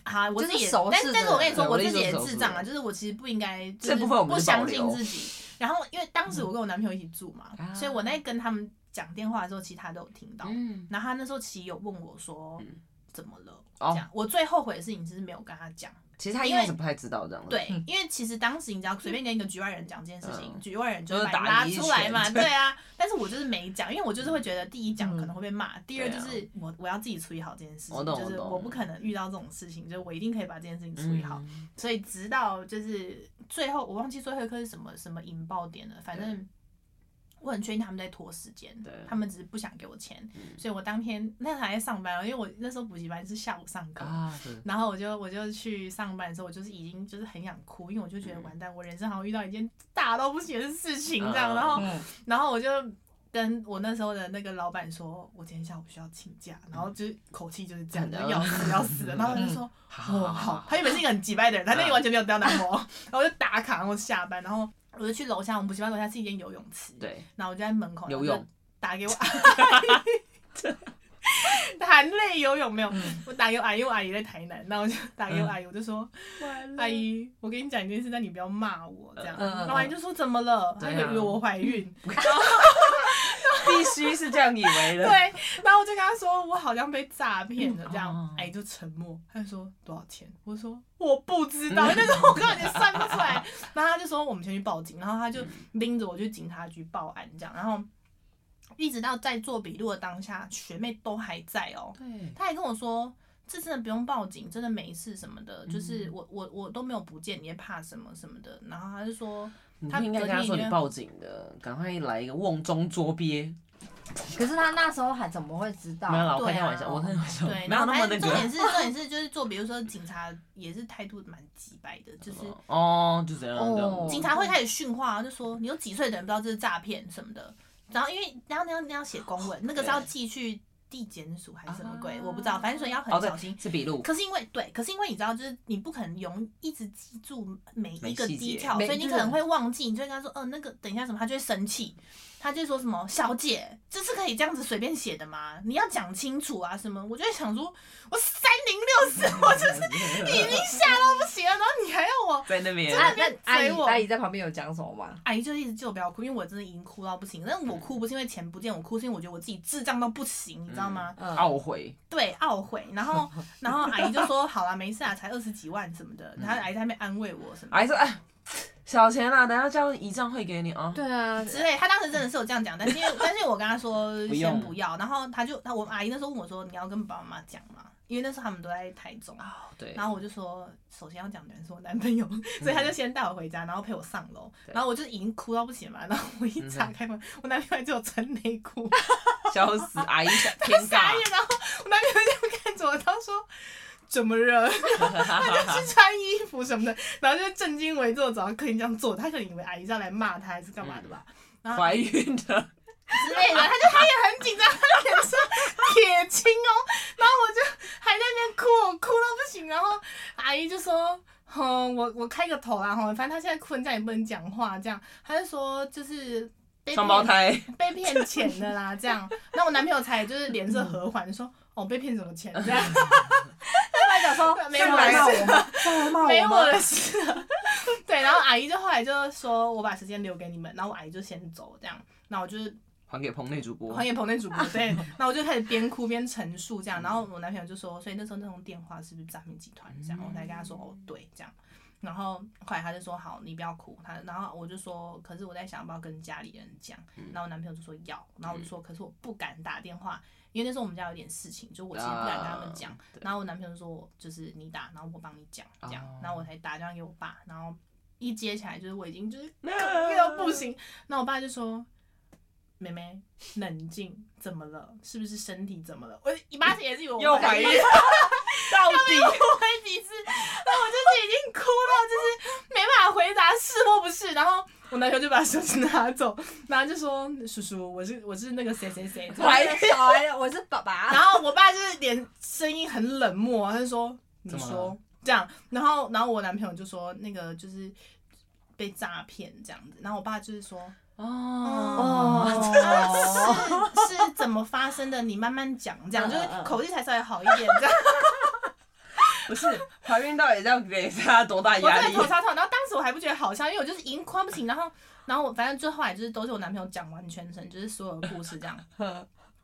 Speaker 1: 好，我
Speaker 3: 就
Speaker 1: 自
Speaker 3: 是
Speaker 1: 己也，
Speaker 3: 熟
Speaker 1: 但
Speaker 3: 识
Speaker 1: 但是
Speaker 3: 的
Speaker 1: 我跟你
Speaker 2: 人
Speaker 1: 说，
Speaker 2: 对
Speaker 1: 我
Speaker 2: 我的
Speaker 1: 自
Speaker 2: 意
Speaker 1: 己
Speaker 2: 思
Speaker 1: 也
Speaker 2: 是熟
Speaker 1: 智
Speaker 2: 识
Speaker 1: 障
Speaker 2: 的
Speaker 1: 啊，就是我其实不应该，就
Speaker 2: 这
Speaker 1: 是
Speaker 2: 部分我们
Speaker 1: 不
Speaker 2: 就保
Speaker 1: 相信
Speaker 2: 留嗯
Speaker 1: 自己。然后因为当时我跟我男朋友一起住嘛，
Speaker 2: 啊
Speaker 1: 所以我在跟他们讲电话的时候，其实他都有听到。
Speaker 2: 嗯，
Speaker 1: 然后他那时候其实有问我说
Speaker 2: 嗯
Speaker 1: 怎么了，
Speaker 2: 哦
Speaker 1: 这样。我最后悔的事情是没有跟他讲。
Speaker 2: 其实他一
Speaker 1: 因为
Speaker 2: 开始不太知道这样子。
Speaker 1: 对，因为其实当时你知道，随便跟一个局外人讲这件事情，
Speaker 2: 嗯
Speaker 1: 局外人就
Speaker 2: 就
Speaker 1: 会
Speaker 2: 是
Speaker 1: 把你
Speaker 2: 打
Speaker 1: 拉
Speaker 2: 你一
Speaker 1: 出来
Speaker 2: 拳
Speaker 1: 嘛，
Speaker 2: 对
Speaker 1: 对啊。但是我就是没讲，因为我就是会觉得，第一讲
Speaker 3: 嗯
Speaker 1: 可能会被骂，第二就
Speaker 2: 对啊
Speaker 1: 是我我要自己处理好这件事
Speaker 2: 我
Speaker 1: 情，
Speaker 2: 懂
Speaker 1: 就是
Speaker 2: 我懂
Speaker 1: 我不可能遇到这种事情，就是我一定可以把这件事情处理好。
Speaker 2: 嗯
Speaker 1: 所以直到就是最后，我忘记最后一刻是什么什么引爆点了，反正。我很确定他们在拖时间
Speaker 2: 对，
Speaker 1: 他们只是不想给我钱，
Speaker 2: 嗯
Speaker 1: 所以我当天那时候还在上班哦，因为我那时候补习班是下午上课，
Speaker 2: 啊，对，
Speaker 1: 然后我就我就去上班的时候，我就是已经就是很想哭，因为我就觉得
Speaker 2: 嗯
Speaker 1: 完蛋，我人生好像遇到一件大到不行的事情这样。
Speaker 2: 啊
Speaker 1: 然后
Speaker 3: 嗯，
Speaker 1: 然后我就跟我那时候的那个老板说，我今天下午需要请假，然后就是口气就是这样，就
Speaker 2: 嗯
Speaker 1: 要死要死的。然后他就说，
Speaker 2: 好
Speaker 1: 哦好，，他原本是一个很急掰的人，他那
Speaker 2: 嗯
Speaker 1: 里完全没有刁难我。 然后我就打卡，然后下班，然后我就去楼下，我们补习班楼下是一间游泳池，
Speaker 2: 对，
Speaker 1: 然后我就在门口
Speaker 2: 游，
Speaker 1: 然后
Speaker 2: 泳
Speaker 1: 就打 给我阿姨，含泪游泳没有？
Speaker 3: 嗯
Speaker 1: 我打给我阿姨，我阿姨在台南，然后我就打给我阿姨，我就说：“阿姨，我跟你讲一件事，但你不要骂我这样。”
Speaker 3: 嗯嗯嗯
Speaker 1: 然后阿姨就说：“怎么了？”她
Speaker 2: 对啊
Speaker 1: 以为我怀 孕，
Speaker 2: 必须是这样以为
Speaker 1: 对
Speaker 2: 的。，
Speaker 1: 然后我就跟她说：“我好像被诈骗了。”这样
Speaker 3: 嗯
Speaker 2: 哦，
Speaker 1: 阿姨就沉默，她就说：“多少钱？”我说：“我不知道，
Speaker 3: 嗯
Speaker 1: 但是我根本就算不出来。”然后她就说：“我们先去报警。”然后她就拎着我去警察局报案，这样，然后。一直到在做笔录的当下，学妹都还在哦、
Speaker 2: 对，
Speaker 1: 他还跟我说，这真的不用报警，真的没事什么的，
Speaker 2: 嗯
Speaker 1: 就是我我我都没有不见，你也怕什么什么的。然后他就 说，
Speaker 2: 你
Speaker 1: 他
Speaker 2: 不应该
Speaker 1: 隔
Speaker 2: 跟他
Speaker 1: 天
Speaker 2: 说
Speaker 1: 已
Speaker 2: 你
Speaker 1: 经
Speaker 2: 报警的，赶快来一个瓮中捉鳖。
Speaker 3: 可是他那时候还怎么会知道
Speaker 2: 没？有啦，我
Speaker 1: 对
Speaker 2: 开
Speaker 1: 啊
Speaker 2: 玩笑，我开玩笑，
Speaker 1: 对，
Speaker 2: 没
Speaker 1: 然
Speaker 2: 有
Speaker 1: 后
Speaker 2: 那
Speaker 1: 反
Speaker 2: 么
Speaker 1: 正
Speaker 2: 那
Speaker 1: 重点是
Speaker 2: 个。
Speaker 1: 重点是就是做，比如说警察也是态度蛮急白的，就是。
Speaker 2: 哦，就这样这样
Speaker 3: 哦
Speaker 2: 子。
Speaker 1: 警察会开始训话，就说你有几岁的人不知道这是诈骗什么的。然后因为然后你要你要写公文，那个是要寄去地检署还是什么鬼，
Speaker 2: 啊
Speaker 1: 我不知道，反正所以要很
Speaker 2: 哦，
Speaker 1: 小心
Speaker 2: 对，。是笔录。
Speaker 1: 可是因为对，可是因为你知道，就是你不可能永一直记住每一个
Speaker 2: 每细节
Speaker 1: 低跳，所
Speaker 3: 每
Speaker 1: 以你可能会忘记，你就会跟他说，呃，那个等一下什么，他就会生气，他就会说什么，小姐，这是可以这样子随便写的吗？你要讲清楚啊什么。我就会想说，我三零六四，我就是已经吓到不行了，然后你还要 我。
Speaker 2: 嗯在那边，
Speaker 3: 啊，那阿
Speaker 1: 追
Speaker 3: 姨
Speaker 1: 我
Speaker 3: 阿姨在旁边有讲什么吗？
Speaker 1: 阿姨就一直叫我不要哭，因为我真的已经哭到不行。但我哭不是因为钱不见，我哭是因为我觉得我自己智障到不行，你知道吗？
Speaker 3: 嗯，
Speaker 2: 懊悔，
Speaker 1: 对，懊悔。然后，然后阿姨就说：“好啦，没事啊，才二十几万什么的。”然后阿姨在那边安慰我什么的。
Speaker 2: 还是哎，小钱啦，等下叫姨丈汇给你啊。
Speaker 3: 对啊，
Speaker 1: 之类。他当时真的是有这样讲，但是因 为但是我跟他说
Speaker 2: 不用
Speaker 1: 先不要，然后他就他我阿姨那时候问我说你要跟爸爸妈妈讲吗？因为那时候他们都在台中，
Speaker 2: 哦对，嗯
Speaker 1: 然后我就说首先要讲的人是我男朋友， 所以他就先带我回家，然后陪我上楼，
Speaker 2: 对嗯
Speaker 1: 然后我就已经哭到不行嘛，然后我一打开门，我男朋友就有穿内裤，
Speaker 2: 笑死，阿姨偏
Speaker 1: 傻
Speaker 2: 尬
Speaker 1: 眼，然后我男朋友就看什么人？ 是穿衣服什么的，然后就正襟危坐走到客厅这样坐，他可能以为阿姨是要来骂他还是干嘛的吧、
Speaker 2: 嗯怀孕的，
Speaker 1: 之类
Speaker 2: 啊
Speaker 1: 的，
Speaker 3: 啊
Speaker 1: 他就他也很紧张，他脸说铁青 哦，然后我就还在那边哭，我哭到不行，然后阿姨就说。哼，我我开个头啦，啊吼，反正他现在困，这样也不能讲话，这样，他就说就是被
Speaker 2: 双胞胎，
Speaker 1: 被骗钱的啦，这样。那我男朋友才就是脸色和缓，说哦被骗什么钱这样，
Speaker 3: 他讲说
Speaker 1: 没
Speaker 3: 上
Speaker 1: 有
Speaker 3: 来
Speaker 1: 没
Speaker 3: 骂
Speaker 1: 有
Speaker 3: 我吗？上来骂
Speaker 1: 没
Speaker 3: 我
Speaker 2: 啊
Speaker 1: 我
Speaker 3: 吗？
Speaker 1: 的事了。 对，然后阿姨就后来就说我把时间留给你们，然后我阿姨就先走这样，那我就是
Speaker 2: 还给棚内主播
Speaker 1: 黄。野鹏那主播对，那我就开始边哭边陈述这样，然后我男朋友就说，所以那时候那通电话是不是诈骗集团这样，我才跟他说哦对这样，然后后来他就说好，你不要哭，他然后我就说，可是我在想要不要跟家里人讲，然后我男朋友就说要，然后我就说可是我不敢打电话，因为那时候我们家有点事情，就我其实不敢跟他们讲
Speaker 2: 啊，对
Speaker 1: 然后我男朋友说就是你打，然后我帮你讲这样
Speaker 2: 哦，
Speaker 1: 然后我才打电话给我爸，然后一接起来就是我已经就是
Speaker 2: 那
Speaker 1: 哽到不行，那我爸就说。妹妹，冷静，怎么了？是不是身体怎么了？我姨妈也是以为我
Speaker 2: 又怀孕， 到底
Speaker 1: 我怀几次，那我就是已经哭到就是没办法回答是或不是，然后我男朋友就把手机拿走，然后就说叔叔，我是我是那个谁谁谁，
Speaker 3: 怀孕小孩了，我是爸
Speaker 1: 然
Speaker 3: 爸。
Speaker 1: 后我爸就是脸声音很冷漠，他就说你
Speaker 2: 怎么
Speaker 1: 说
Speaker 2: 了
Speaker 1: 这样，然后然后我男朋友就说那个就是被诈骗这样子，然后我爸就是说。
Speaker 2: 哦，
Speaker 1: 是是怎么发生的？你慢慢讲，这样
Speaker 3: 嗯
Speaker 1: 就是
Speaker 3: 嗯嗯
Speaker 1: 口气才稍微好一点，这样。
Speaker 2: 不是怀孕到底要给他多大
Speaker 1: 我
Speaker 2: 压
Speaker 1: 真的
Speaker 2: 力？
Speaker 1: 头超痛，然后当时我还不觉得好笑，因为我就是已经哭到不行，然后然后我反正最后来就是都是我男朋友讲完全程，就是所有的故事这样。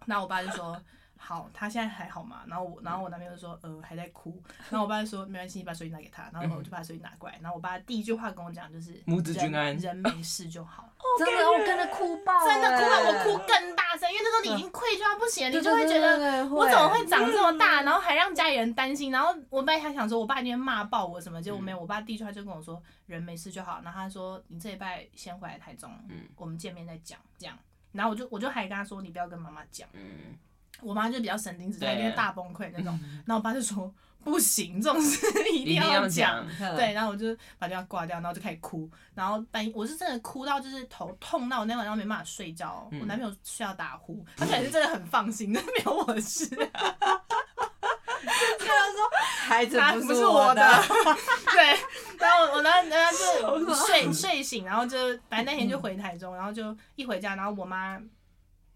Speaker 1: 然后我爸就说。好，他现在还好吗？然后我，然后我男朋友就说，呃，还在哭。然后我爸就说，没关系，你把手机拿给他。然后我就把手机拿过来。然后我爸第一句话跟我讲就是，
Speaker 2: 嗯母子均
Speaker 1: 人
Speaker 2: 安
Speaker 1: 人没事就好。
Speaker 3: 真的，我跟着哭爆，
Speaker 1: 哦真的哭嗯到
Speaker 3: 了，
Speaker 1: 我哭更大声，因为那时候你已经愧疚到不行了，
Speaker 3: 对，
Speaker 1: 你就会
Speaker 3: 对
Speaker 1: 觉
Speaker 3: 对
Speaker 1: 得
Speaker 3: 对对
Speaker 1: 我怎么会长这么
Speaker 2: 嗯
Speaker 1: 大，然后还让家里人担心？然后我本来还想说，我爸今天骂爆我什么，结果没
Speaker 2: 嗯
Speaker 1: 有。我爸第一句话就跟我说，人没事就好。然后他说，你这礼拜先回来台中，
Speaker 2: 嗯
Speaker 1: 我们见面再讲。这样，然后我就我就还跟他说，你不要跟妈妈讲。
Speaker 2: 嗯，
Speaker 1: 我妈就比较神经质，她
Speaker 2: 对
Speaker 1: 一定会大崩溃那种。
Speaker 2: 嗯
Speaker 1: 然后我爸就说，不行，这种事一
Speaker 2: 一
Speaker 1: 定
Speaker 2: 定要
Speaker 1: 要
Speaker 2: 讲
Speaker 1: 讲。，
Speaker 3: 对
Speaker 1: 对，然后我就把电话挂掉，然后就开始哭，然后半夜我是真的哭到就是头痛到我那晚上没办法睡觉哦，我
Speaker 2: 嗯
Speaker 1: 男朋友睡到打呼，他可能是真的很放心，但没有我的事，
Speaker 3: 孩 子
Speaker 1: 他
Speaker 3: 不
Speaker 1: 是我的， 对，然后我我那那就睡 睡醒，然后就反正那天就回台中，然后就一回家，然后我妈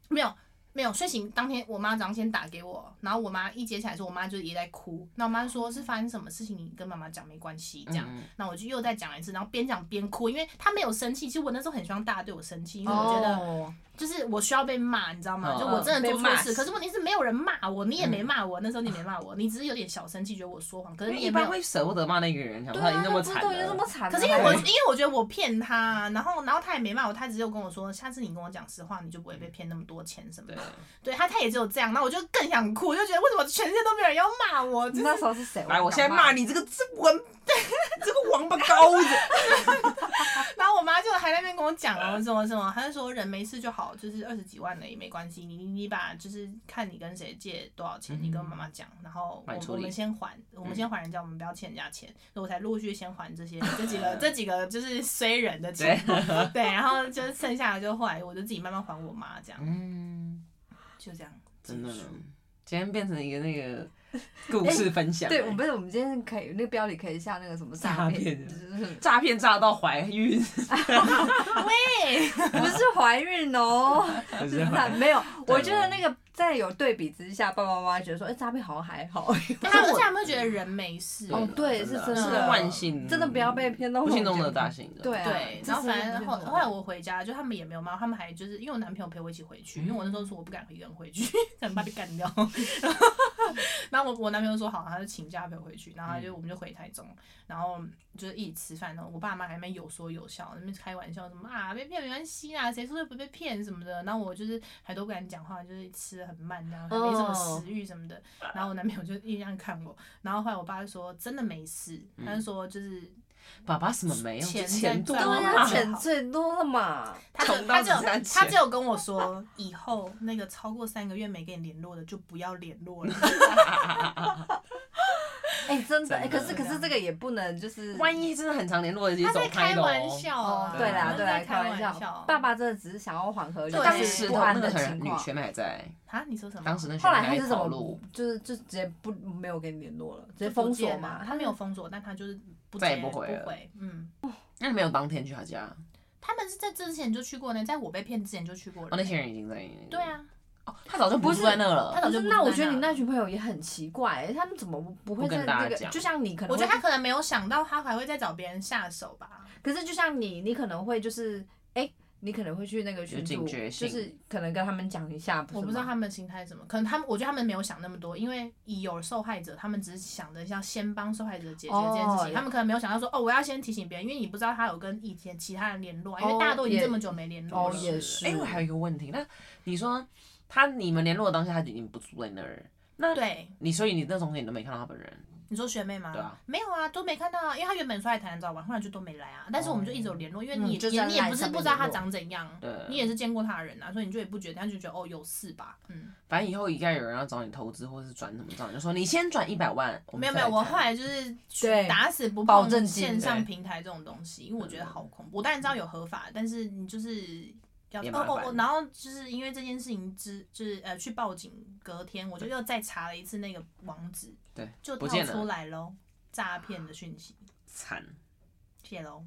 Speaker 1: 没有。没有睡醒当天，我妈早上先打给我，然后我妈一接起来的时候，我妈就也在哭。那我妈说是发生什么事情，你跟妈妈讲没关系，这样。
Speaker 2: 嗯
Speaker 1: 那我就又再讲一次，然后边讲边哭，因为他没有生气。其实我那时候很希望大家对我生气，因为我觉得
Speaker 3: 哦
Speaker 1: 就是我需要被骂，你知道吗？
Speaker 2: 嗯
Speaker 1: 就我真的做
Speaker 3: 被
Speaker 1: 错
Speaker 3: 骂
Speaker 1: 事，
Speaker 3: 死
Speaker 1: 可是问题是没有人骂我，你也没骂我，那时候你没骂我，你只是有点小生气，觉得我说谎，可
Speaker 2: 因
Speaker 1: 是
Speaker 2: 为
Speaker 1: 你
Speaker 2: 一
Speaker 1: 也没
Speaker 2: 般
Speaker 1: 有。
Speaker 2: 会舍不得骂那个人，想
Speaker 3: 对
Speaker 2: 说他已
Speaker 3: 啊，
Speaker 2: 经那么惨
Speaker 3: 都已经这么
Speaker 2: 了，
Speaker 3: 惨了，哎
Speaker 1: 可是因为我，
Speaker 3: 还
Speaker 1: 因为我觉得我骗他，啊然后，然后他也没骂我，他只有跟我说，下次你跟我讲实话，你就不
Speaker 3: 嗯
Speaker 1: 会被骗那么多钱什么
Speaker 2: 对
Speaker 1: 的。，对他，他也只有这样，然后我就更想哭，我就觉得为什么全世界都没有人要骂我？就是
Speaker 3: 那时候是谁？
Speaker 2: 来，我现在
Speaker 3: 敢
Speaker 2: 骂你这个这王， 这个王八羔子，
Speaker 1: 然后我妈就还在那边跟我讲
Speaker 2: 嗯
Speaker 1: 哦，什么什么，她就说人没事就好，就是二十几万的也没关系，你你把就是看你跟谁借多少钱，你跟妈妈讲，然后
Speaker 2: 嗯买
Speaker 1: 我
Speaker 2: 处
Speaker 1: 我
Speaker 2: 理嗯
Speaker 1: 们先还，我们先还人家，我们不要欠人家钱，所以我才陆续先还这些这几 个这几个就是衰人的钱，对，然后就是剩下的就后来我就自己慢慢还我妈这样，
Speaker 2: 嗯，
Speaker 1: 就这样结
Speaker 2: 真的
Speaker 1: 束。，
Speaker 2: 今天变成一个那个故事分 享，
Speaker 3: 对，我们我们今天可以那个标题可以下那个什么诈
Speaker 2: 诈
Speaker 3: 骗，
Speaker 2: 骗
Speaker 3: 就是
Speaker 2: 诈骗诈到怀孕，
Speaker 1: 喂，
Speaker 3: 不是怀孕哦，
Speaker 2: 还
Speaker 3: 就是
Speaker 2: 是怀
Speaker 3: 诈
Speaker 2: 孕
Speaker 3: 没有。
Speaker 2: 对
Speaker 3: 我觉得那个在有对比之下，爸爸妈妈觉得说，哎，诈骗好像还好。
Speaker 1: 但他们现在有没有觉得人没事？
Speaker 3: 哦对是真
Speaker 1: 的
Speaker 2: 是万幸，
Speaker 3: 真的不要被骗到
Speaker 2: 不幸中
Speaker 3: 这
Speaker 2: 的
Speaker 3: 种
Speaker 2: 大幸的，
Speaker 3: 对啊
Speaker 1: 对，
Speaker 3: 这
Speaker 1: 然后
Speaker 3: 是
Speaker 1: 反
Speaker 3: 不
Speaker 1: 正
Speaker 3: 是
Speaker 1: 后
Speaker 3: 很好
Speaker 1: 后来我回家，就他们也没有骂，他们还就是因为我男朋友陪我一起回去，因为我那时候说我不敢一个人回去， 可能怕被干掉。 然后我我男朋友说好，他就请假陪我回去，然后他就
Speaker 3: 嗯
Speaker 1: 我们就回台中，然后就是一起吃饭，然后我爸妈还在那边有说有笑，那边开玩笑什么啊被骗没关系啊，谁说不被骗什么的，然后我就是还都不敢讲话，就是吃的很慢这样，没什么
Speaker 3: 哦
Speaker 1: 食欲什么的，然后我男朋友就一样看我，然后后来我爸就说真的没事，他
Speaker 3: 嗯
Speaker 1: 就说就是
Speaker 2: 爸爸什么没有，
Speaker 1: 钱
Speaker 2: 就钱多
Speaker 1: 在
Speaker 3: 对
Speaker 1: 赚
Speaker 2: 嘛
Speaker 1: 妈
Speaker 3: 呀，
Speaker 1: 妈
Speaker 3: 钱最多了嘛。
Speaker 1: 他只有他只有
Speaker 2: 穷到只能
Speaker 1: 他
Speaker 2: 钱
Speaker 1: 只有跟我说，以后那个 超过三个月没跟你联络的就不要联络了。
Speaker 3: 哎，真的，哎、
Speaker 2: 真的
Speaker 3: 可是可是这个也不能就是，
Speaker 2: 万一真的很常联络的，就
Speaker 1: 他
Speaker 2: 走
Speaker 1: 在
Speaker 2: 开
Speaker 1: 开
Speaker 2: 了
Speaker 1: 玩
Speaker 2: 哦。
Speaker 1: 笑
Speaker 3: 哦
Speaker 1: 啊，，
Speaker 3: 对啦
Speaker 1: 他
Speaker 3: 对
Speaker 1: 们
Speaker 3: 啦，
Speaker 1: 在
Speaker 3: 开
Speaker 1: 玩
Speaker 3: 笑。爸爸真的只是想要缓和，
Speaker 1: 对
Speaker 2: 当
Speaker 3: 是
Speaker 2: 时
Speaker 3: 不
Speaker 2: 的
Speaker 3: 安
Speaker 2: 那个
Speaker 3: 的
Speaker 2: 好像
Speaker 3: 情
Speaker 2: 女
Speaker 3: 况。
Speaker 2: 学妹还在，
Speaker 1: 啊，你说什么？
Speaker 2: 当时那学
Speaker 3: 后
Speaker 2: 妹
Speaker 3: 来他
Speaker 2: 还
Speaker 3: 是
Speaker 2: 在
Speaker 3: 怎
Speaker 2: 跑
Speaker 3: 么
Speaker 2: 路，
Speaker 3: 不，就是就直接不没有跟你联络了，直
Speaker 1: 就
Speaker 3: 接
Speaker 1: 不
Speaker 3: 封锁
Speaker 1: 见啊
Speaker 3: 嘛？
Speaker 1: 他没有封锁，但他就是不
Speaker 2: 再也
Speaker 1: 接
Speaker 2: 不
Speaker 1: 不
Speaker 2: 回了
Speaker 1: 回，嗯。
Speaker 2: 那你没有当天去他家？
Speaker 1: 他们是在这之前就去过呢，在我被骗之前就去过了。
Speaker 2: 哦，那些人已经在。
Speaker 1: 对。啊，
Speaker 2: 哦，他早就不
Speaker 3: 不
Speaker 2: 住
Speaker 3: 是
Speaker 2: 在那了
Speaker 1: 他。早就不
Speaker 3: 不哦是那我
Speaker 1: 在
Speaker 3: 觉得
Speaker 1: 那
Speaker 3: 你
Speaker 1: 了
Speaker 3: 那群朋友也很奇怪、他们怎么不会
Speaker 2: 不跟
Speaker 3: 在
Speaker 2: 大
Speaker 3: 那
Speaker 2: 家
Speaker 3: 个？
Speaker 2: 讲
Speaker 3: 就像你可能，
Speaker 1: 我觉得他，可能没有想到他还会再找别人下手吧。
Speaker 3: 可是就像你，你可能会就是，哎、你可能会去那个群
Speaker 2: 警
Speaker 3: 组，
Speaker 2: 觉
Speaker 3: 就
Speaker 2: 性
Speaker 3: 是可能跟他们讲一下，不是
Speaker 1: 我不知道
Speaker 3: 吗
Speaker 1: 他们的心态是什么，可能他们我觉得他们没有想那么多，因为已有受害者，他们只是想着要先帮受害者解决这件事情，
Speaker 3: 哦
Speaker 1: 他们可能没有想到说哦，我要先提醒别人，因为你不知道他有跟以前其他人联络啊，因为大家都已经
Speaker 3: 哦也
Speaker 1: 这么久没联络
Speaker 3: 哦
Speaker 1: 了。
Speaker 3: 也是，
Speaker 2: 哎、我还有一个问题，那你说他你们联络的当下，他已经不住在那儿，那
Speaker 1: 对，
Speaker 2: 你所以你那从你都没看到他本人，
Speaker 1: 你说学妹吗？
Speaker 2: 对啊
Speaker 1: 没有啊，都没看到啊，因为他原本说来台南找我玩，后来就都没来啊。但是我们就一直有联络，因为
Speaker 3: 哦嗯
Speaker 1: 你、
Speaker 3: 就
Speaker 1: 也
Speaker 3: 在
Speaker 1: 你也
Speaker 3: LINE
Speaker 1: 不是
Speaker 3: 上面
Speaker 1: 不知道他
Speaker 3: 联络
Speaker 1: 长怎样，
Speaker 2: 对，
Speaker 1: 你也是见过他的人啊，所以你就也不觉得，他就觉得哦有事吧，嗯。
Speaker 2: 反正以后应该有人要找你投资或是转什么账，你就说你先转一百万，我们
Speaker 1: 没有没
Speaker 2: 再
Speaker 1: 有，
Speaker 2: 来
Speaker 1: 我
Speaker 2: 看
Speaker 1: 后来就是
Speaker 3: 对
Speaker 1: 打死不
Speaker 3: 保
Speaker 1: 碰
Speaker 3: 证金
Speaker 1: 线上
Speaker 2: 对嗯
Speaker 1: 平台这种东西，因为我觉得好恐怖。我当然知道有合法，但是你就是要
Speaker 2: 也
Speaker 1: 哦
Speaker 2: 麻
Speaker 1: 哦哦，
Speaker 2: 烦
Speaker 1: 然后就是因为这件事情之就是呃去报警，隔天我就又再查了一次那个网址，
Speaker 2: 对，
Speaker 1: 就
Speaker 2: 不
Speaker 1: 跳
Speaker 2: 见
Speaker 1: 出
Speaker 2: 了，
Speaker 1: 来喽，诈骗的讯息，
Speaker 2: 惨，
Speaker 1: 谢喽，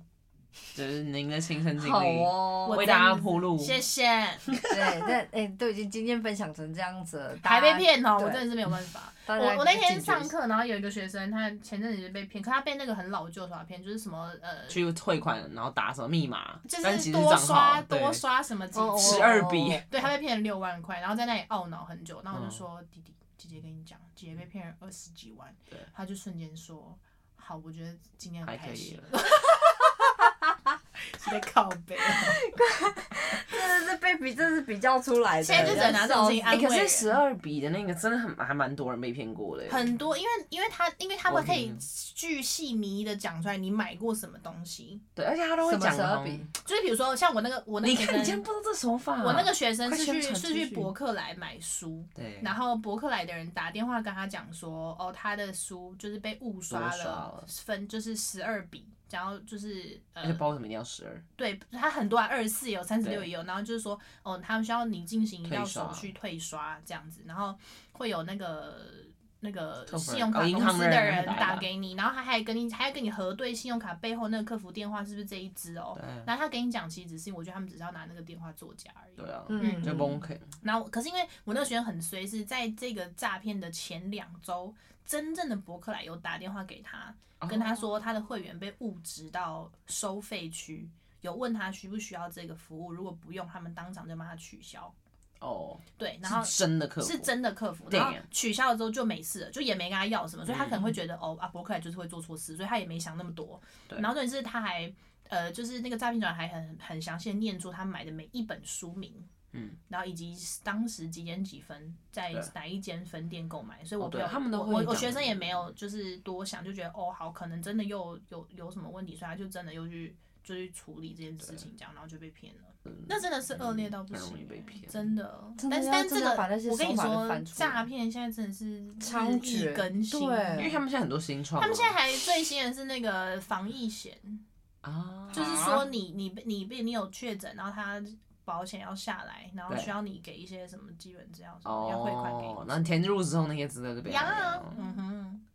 Speaker 2: 就是您的亲身经
Speaker 3: 好
Speaker 2: 历，
Speaker 3: 哦，
Speaker 1: 我
Speaker 2: 为大家
Speaker 1: 真的
Speaker 2: 铺路，
Speaker 1: 谢 谢，
Speaker 3: 对，那哎、都已经经验分享成这样子了，
Speaker 1: 还
Speaker 3: 大
Speaker 1: 被，
Speaker 3: 家
Speaker 1: 骗哦，
Speaker 3: 对
Speaker 1: 我真的是没有办 法。
Speaker 3: 大家
Speaker 1: 我我那
Speaker 3: 警觉
Speaker 1: 天
Speaker 3: 一
Speaker 1: 上
Speaker 3: 下
Speaker 1: 课，然后有一个学生，他前阵子就被骗，可他被那个很老旧的手法骗，就是什么呃，
Speaker 2: 去退款，然后打什么密码，
Speaker 1: 就
Speaker 2: 但其
Speaker 1: 是
Speaker 2: 实
Speaker 1: 多
Speaker 2: 账号
Speaker 1: 刷
Speaker 2: 对
Speaker 1: 多刷什么几
Speaker 3: 哦
Speaker 1: 次
Speaker 2: 十二笔，
Speaker 1: 对他被骗了六万块，然后在那里懊恼很久。然后我
Speaker 2: 嗯
Speaker 1: 就说：“弟弟，姐姐跟你讲，姐姐被骗了二十几万。
Speaker 2: 对”
Speaker 1: 他就瞬间说：“好，我觉得今天
Speaker 2: 还
Speaker 1: 很
Speaker 2: 可
Speaker 1: 开
Speaker 2: 以
Speaker 1: 心。
Speaker 2: 了，”
Speaker 1: 是在靠背。
Speaker 3: 这是被比，这是比较出来的。
Speaker 1: 现在就只能拿这种事情安
Speaker 2: 哎、
Speaker 1: 慰
Speaker 2: 可是
Speaker 1: 人
Speaker 2: 十二笔的那个真的很还蛮多人被骗过的耶，
Speaker 1: 很多，因为因为他因为他们
Speaker 2: 我
Speaker 1: 可以
Speaker 2: 明
Speaker 1: 巨细靡遗的讲出来你买过什么东西，
Speaker 2: 对，而且他都会
Speaker 3: 什么
Speaker 2: 讲
Speaker 3: 十
Speaker 2: 的
Speaker 3: 二
Speaker 2: 好像
Speaker 3: 笔，
Speaker 1: 就是比如说像我那个我那
Speaker 2: 你
Speaker 1: 个学
Speaker 2: 看，你竟
Speaker 1: 生，
Speaker 2: 然不知道这手法、
Speaker 1: 我那个学生
Speaker 2: 快
Speaker 1: 是
Speaker 2: 宣
Speaker 1: 去
Speaker 2: 传
Speaker 1: 是
Speaker 2: 出
Speaker 1: 去
Speaker 2: 去
Speaker 1: 博客来买书，
Speaker 2: 对，
Speaker 1: 然后博客来的人打电话跟他讲说，哦，他的书就是被误刷
Speaker 2: 多
Speaker 1: 了，
Speaker 2: 刷了
Speaker 1: 分就是十二笔，然后就是
Speaker 2: 而且
Speaker 1: 呃
Speaker 2: 不知，道为什么一定要十二，
Speaker 1: 对他很多啊，二十四也有，三十六
Speaker 2: 对
Speaker 1: 也有，然后就是说，哦，他们需要你进行一道
Speaker 2: 退刷
Speaker 1: 手续退刷这样子，然后会有那个。那个
Speaker 2: 客服
Speaker 1: 信
Speaker 2: 人
Speaker 1: 用
Speaker 2: 哦
Speaker 1: 卡
Speaker 2: 银
Speaker 1: 公
Speaker 2: 行
Speaker 1: 司
Speaker 2: 的
Speaker 1: 的
Speaker 2: 人
Speaker 1: 人
Speaker 2: 打
Speaker 1: 打
Speaker 2: 的
Speaker 1: 给你，然后他还跟你还要跟你核对信用卡背后那个客服电话是不是这一支哦
Speaker 2: 对？
Speaker 1: 然后他跟你讲，其实只是我觉得他们只是要拿那个电话作假而已。
Speaker 2: 对啊，
Speaker 1: 嗯
Speaker 2: 就崩溃，
Speaker 1: 然后，可是因为我那个学生很衰，是在这个诈骗的前两周，真正的伯克莱有打电话给他，跟他说他的会员被误植到收费区，有问他需不需要这个服务，如果不用，他们当场就帮他取消。
Speaker 2: 哦，
Speaker 1: 对，然后
Speaker 2: 是真的客服
Speaker 1: 是真的客服，
Speaker 2: 对嗯
Speaker 1: 然后取消了之后就没事了，就也没跟他要什么，所以他可能会觉得、哦啊，伯克莱就是会做错事，所以他也没想那么多。
Speaker 2: 对
Speaker 1: 然后重点是他还呃，就是那个诈骗集团还很很详细的念出他买的每一本书名，
Speaker 2: 嗯，
Speaker 1: 然后以及当时几点几分在
Speaker 2: 对
Speaker 1: 哪一间分店购买，所以
Speaker 2: 哦
Speaker 1: 我
Speaker 2: 对
Speaker 1: 没有
Speaker 2: 他们都
Speaker 1: 我
Speaker 2: 会
Speaker 1: 我
Speaker 2: 讲
Speaker 1: 我学生也没有就是多想，就觉得哦好，可能真的又有有什么问题，所以他就真的又去。就去处理这件事情，这样然后就被骗了，那真的是恶劣到不
Speaker 2: 嗯很容易
Speaker 1: 行
Speaker 2: 被
Speaker 1: 欸
Speaker 2: 骗
Speaker 1: 真的。
Speaker 3: 真的
Speaker 1: 但是
Speaker 3: 要
Speaker 1: 但这
Speaker 3: 真的
Speaker 1: 个
Speaker 3: 要把那些
Speaker 1: 我跟你
Speaker 3: 手法都
Speaker 1: 说，
Speaker 3: 翻出来
Speaker 1: 诈骗现在真的是
Speaker 3: 猖
Speaker 1: 日益
Speaker 3: 獗
Speaker 1: 更新，
Speaker 3: 对
Speaker 2: 因为他们现在很多新创啊，
Speaker 1: 他们现在还最新的是那个防疫险，
Speaker 2: 啊，
Speaker 1: 就是说你你被你被你有确诊，然后他保险要下来，然后
Speaker 2: 对
Speaker 1: 需要你给一些什么基本资料什么，要汇款给
Speaker 2: 哦，
Speaker 1: 你。
Speaker 2: 然后填入之后那些资料就被拿
Speaker 1: 呀
Speaker 2: 掉，
Speaker 1: 嗯哼，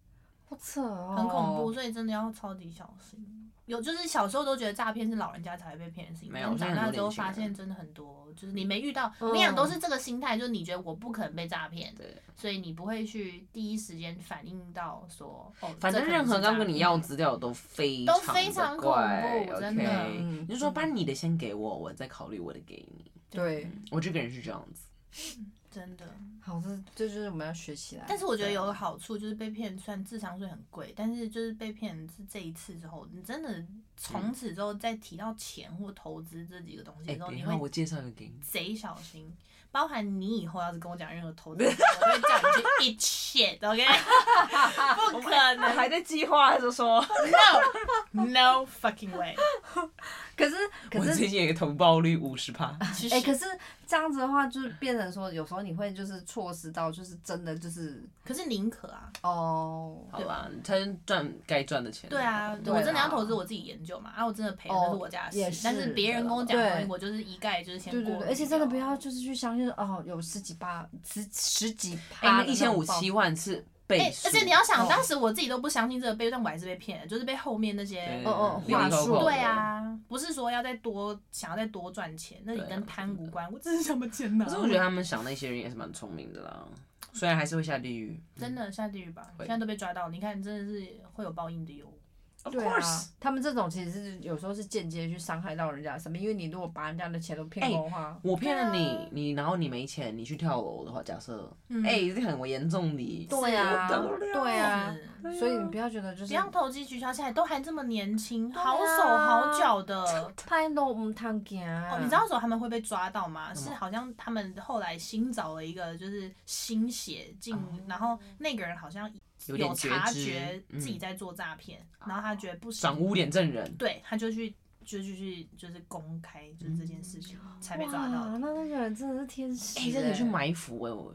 Speaker 3: 好扯哦，
Speaker 1: 很恐怖，。所以真的要超级小心。有就是小时候都觉得诈骗是老人家才会被骗的事情，
Speaker 2: 没有
Speaker 1: 但
Speaker 2: 现在
Speaker 1: 长
Speaker 2: 很
Speaker 1: 大
Speaker 2: 多
Speaker 1: 之后
Speaker 2: 年轻
Speaker 1: 发
Speaker 2: 人
Speaker 1: 现真的很多，就是你没遇到，
Speaker 3: 嗯
Speaker 1: 我跟你讲都是这个心态，就是你觉得我不可能被诈骗，
Speaker 2: 对，
Speaker 1: 所以你不会去第一时间反应到说，哦，
Speaker 2: 反正
Speaker 1: 这可能
Speaker 2: 任何
Speaker 1: 是诈
Speaker 2: 刚跟你要
Speaker 1: 骗
Speaker 2: 资料都非
Speaker 1: 都
Speaker 2: 常
Speaker 1: 非常
Speaker 2: 的
Speaker 1: 恐
Speaker 2: 怪
Speaker 1: 怖真的
Speaker 2: ，OK，
Speaker 3: 嗯
Speaker 2: 你就说把你的先给我，我再考虑我的给你，
Speaker 3: 对，
Speaker 2: 我这个人是这样子，
Speaker 1: 真的。
Speaker 3: 好，这这就是我们要学起来。
Speaker 1: 但是我觉得
Speaker 2: 啊
Speaker 1: 有个好处就是被骗，虽然智商税很贵，但是就是被骗是这一次之后，你真的从此之后再提到钱或投资这几个东西
Speaker 2: 嗯哎，
Speaker 1: 之后，
Speaker 2: 等一
Speaker 1: 你
Speaker 2: 下
Speaker 1: 会
Speaker 2: 我介绍一个 给你，
Speaker 1: 贼小心。包含你以后要是跟我讲任何投资，我会叫你去一切，OK？不 可能
Speaker 2: 还在计划，就说
Speaker 1: ，no no fucking way。
Speaker 3: 可是
Speaker 2: 我
Speaker 3: 可是
Speaker 2: 最近有一个通报率五十 趴，
Speaker 1: 其
Speaker 3: 哎、
Speaker 1: 实
Speaker 3: 可是这样子的话，就是变成说，有时候你会就是错失到，就是真的就是
Speaker 1: 可是宁可啊，
Speaker 3: 哦，
Speaker 2: 好吧，他就赚该赚的钱。
Speaker 1: 对啊，
Speaker 3: 对
Speaker 1: 我真的
Speaker 3: 啦
Speaker 1: 要投资，我自己研究嘛。啊，我真的赔了，
Speaker 3: 哦
Speaker 1: 那是我家
Speaker 3: 也
Speaker 1: 的事
Speaker 3: 是。
Speaker 1: 但是别人跟我讲
Speaker 3: 对
Speaker 1: 的东西，我就是一概就是先
Speaker 3: 对
Speaker 1: 过滤
Speaker 3: 对对，
Speaker 1: 掉。
Speaker 3: 而且真的不要就是去相信哦，有十几八十十几
Speaker 2: 哎，
Speaker 3: 趴
Speaker 2: 那
Speaker 3: 的
Speaker 2: 一
Speaker 3: 那种
Speaker 2: 千
Speaker 3: 报，
Speaker 2: 五七万是倍
Speaker 1: 哎，
Speaker 2: 数，
Speaker 1: 而且你要想，
Speaker 3: 哦
Speaker 1: 当时我自己都不相信这个被，但我还是被骗了，就是被后面那些
Speaker 2: 对嗯
Speaker 3: 哦哦
Speaker 2: 零零
Speaker 3: 话
Speaker 2: 扣
Speaker 3: 术
Speaker 2: 扣的
Speaker 1: 对，啊，不是说要再多想要再多赚钱，那你
Speaker 2: 对啊
Speaker 1: 跟贪无关，我只是想不钱呐。
Speaker 2: 可是我觉得他们想那些人也是蛮聪明的啦，虽然还是会下地狱。
Speaker 1: 真的下地狱吧，
Speaker 2: 嗯会
Speaker 1: 现在都被抓到，你看真的是会有报应的哟。
Speaker 2: Of
Speaker 3: 对啊
Speaker 2: course，，
Speaker 3: 他们这种其实是有时候是间接去伤害到人家的生命，因为你如果把人家的钱都骗
Speaker 2: 哎
Speaker 3: 光的话，
Speaker 2: 我骗了
Speaker 1: 对
Speaker 2: 你
Speaker 1: 啊，
Speaker 2: 你然后你没钱，你去跳楼的话，假设，
Speaker 1: 嗯
Speaker 2: 哎，这很严重
Speaker 1: 哎
Speaker 2: 的。
Speaker 3: 对啊
Speaker 2: 受不了
Speaker 3: 对啊，
Speaker 1: 嗯
Speaker 3: 所以你不要觉得就
Speaker 1: 不
Speaker 3: 是
Speaker 1: 要投机取巧，现在都还这么年轻，
Speaker 3: 对啊
Speaker 1: 好手好脚 的。
Speaker 3: 拍都唔通行。啊
Speaker 1: 哦，你知道那时候他们会被抓到吗？
Speaker 2: 什
Speaker 1: 是
Speaker 2: 么
Speaker 1: 好像他们后来新找了一个就是新血进，然后那个人好像
Speaker 2: 哦有点觉
Speaker 1: 察
Speaker 2: 知
Speaker 1: 觉
Speaker 2: 嗯哦
Speaker 1: 自己在做诈骗，然后他觉得不
Speaker 2: 赏
Speaker 1: 行，
Speaker 2: 污点证人，
Speaker 1: 对，他就去就就去就是公开就是这件事情
Speaker 2: 嗯
Speaker 1: 才被抓到
Speaker 3: 哇，
Speaker 1: 的。
Speaker 3: 那那个人真的是天使、
Speaker 2: 哎，这
Speaker 3: 哎
Speaker 2: 个去埋伏哎，我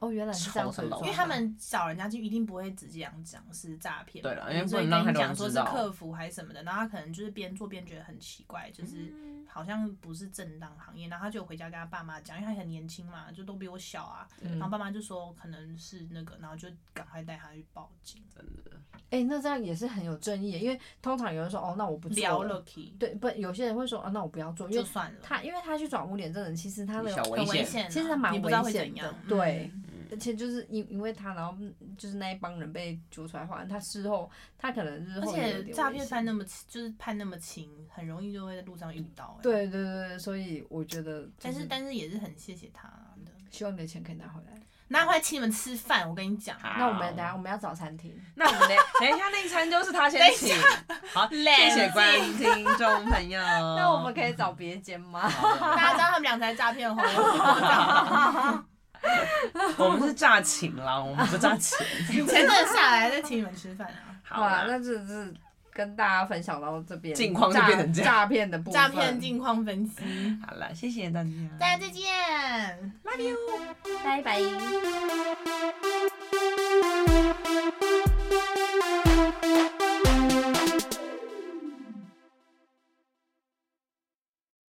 Speaker 3: 哦，原来是这样
Speaker 2: 超
Speaker 3: 子
Speaker 2: 神
Speaker 3: 的
Speaker 2: 龙
Speaker 3: 做法，
Speaker 1: 因为他们找人家去，一定不会直接讲讲是诈骗嘛，
Speaker 2: 对啦因为不
Speaker 1: 所以
Speaker 2: 能让
Speaker 1: 跟
Speaker 2: 太
Speaker 1: 你
Speaker 2: 多人
Speaker 1: 讲说
Speaker 2: 知
Speaker 1: 是
Speaker 2: 道
Speaker 1: 客服还是什么的，然后他可能就是边做边觉得很奇怪，
Speaker 3: 嗯
Speaker 1: 就是好像不是正当行业，然后他就回家跟他爸妈讲，因为他很年轻嘛，就都比我小啊，
Speaker 3: 嗯
Speaker 1: 然后爸妈就说可能是那个，然后就赶快带他去报警，
Speaker 3: 哎、那这样也是很有正义耶，因为通常有人说哦，那我不
Speaker 1: 聊
Speaker 3: 做，
Speaker 1: Lucky
Speaker 3: 对，不，有些人会说啊，那我不要做，因
Speaker 1: 就
Speaker 3: 为
Speaker 1: 算了，
Speaker 3: 他因为他去转污点证人，其实他的
Speaker 2: 小
Speaker 1: 很
Speaker 2: 危
Speaker 1: 危
Speaker 2: 险
Speaker 1: 险啊，
Speaker 3: 其实还蛮
Speaker 1: 你不
Speaker 3: 危
Speaker 1: 知道会
Speaker 3: 险
Speaker 1: 怎
Speaker 3: 的
Speaker 1: 样，，
Speaker 3: 对
Speaker 1: 嗯，
Speaker 3: 而且就是因因为他，然后嗯就是那一帮人被揪出来，话他事后他可能日
Speaker 1: 而
Speaker 3: 后也有
Speaker 1: 且
Speaker 3: 点
Speaker 1: 诈
Speaker 3: 危
Speaker 1: 骗
Speaker 3: 险
Speaker 1: 犯那么就是判那么轻，很容易就会在路上遇到，欸，
Speaker 3: 对对对，对所以我觉得就
Speaker 1: 但是
Speaker 3: 是
Speaker 1: 但是也是很谢谢他啊的。
Speaker 3: 希望你的钱可以拿回来。
Speaker 1: 拿回来请你们吃饭，我跟你讲，
Speaker 2: 好
Speaker 3: 那我们等下我们要找餐厅，
Speaker 2: 那我们等等一下那一餐就是他先 请，好，谢谢观听众朋友。那
Speaker 3: 那我们可以找别间吗？
Speaker 1: 大家知道他们俩才诈骗红，我
Speaker 2: 我们是诈请啦，我们不诈请。
Speaker 1: 前阵子下来再请你们吃饭啊。
Speaker 2: 好啦，
Speaker 3: 啦，那就是跟大家分享到这边，
Speaker 2: 近况就变成这样
Speaker 3: 诈诈骗的部分，
Speaker 1: 诈骗近况分析，
Speaker 2: 好啦，谢谢大家。
Speaker 1: 大家再见。
Speaker 3: 拜拜。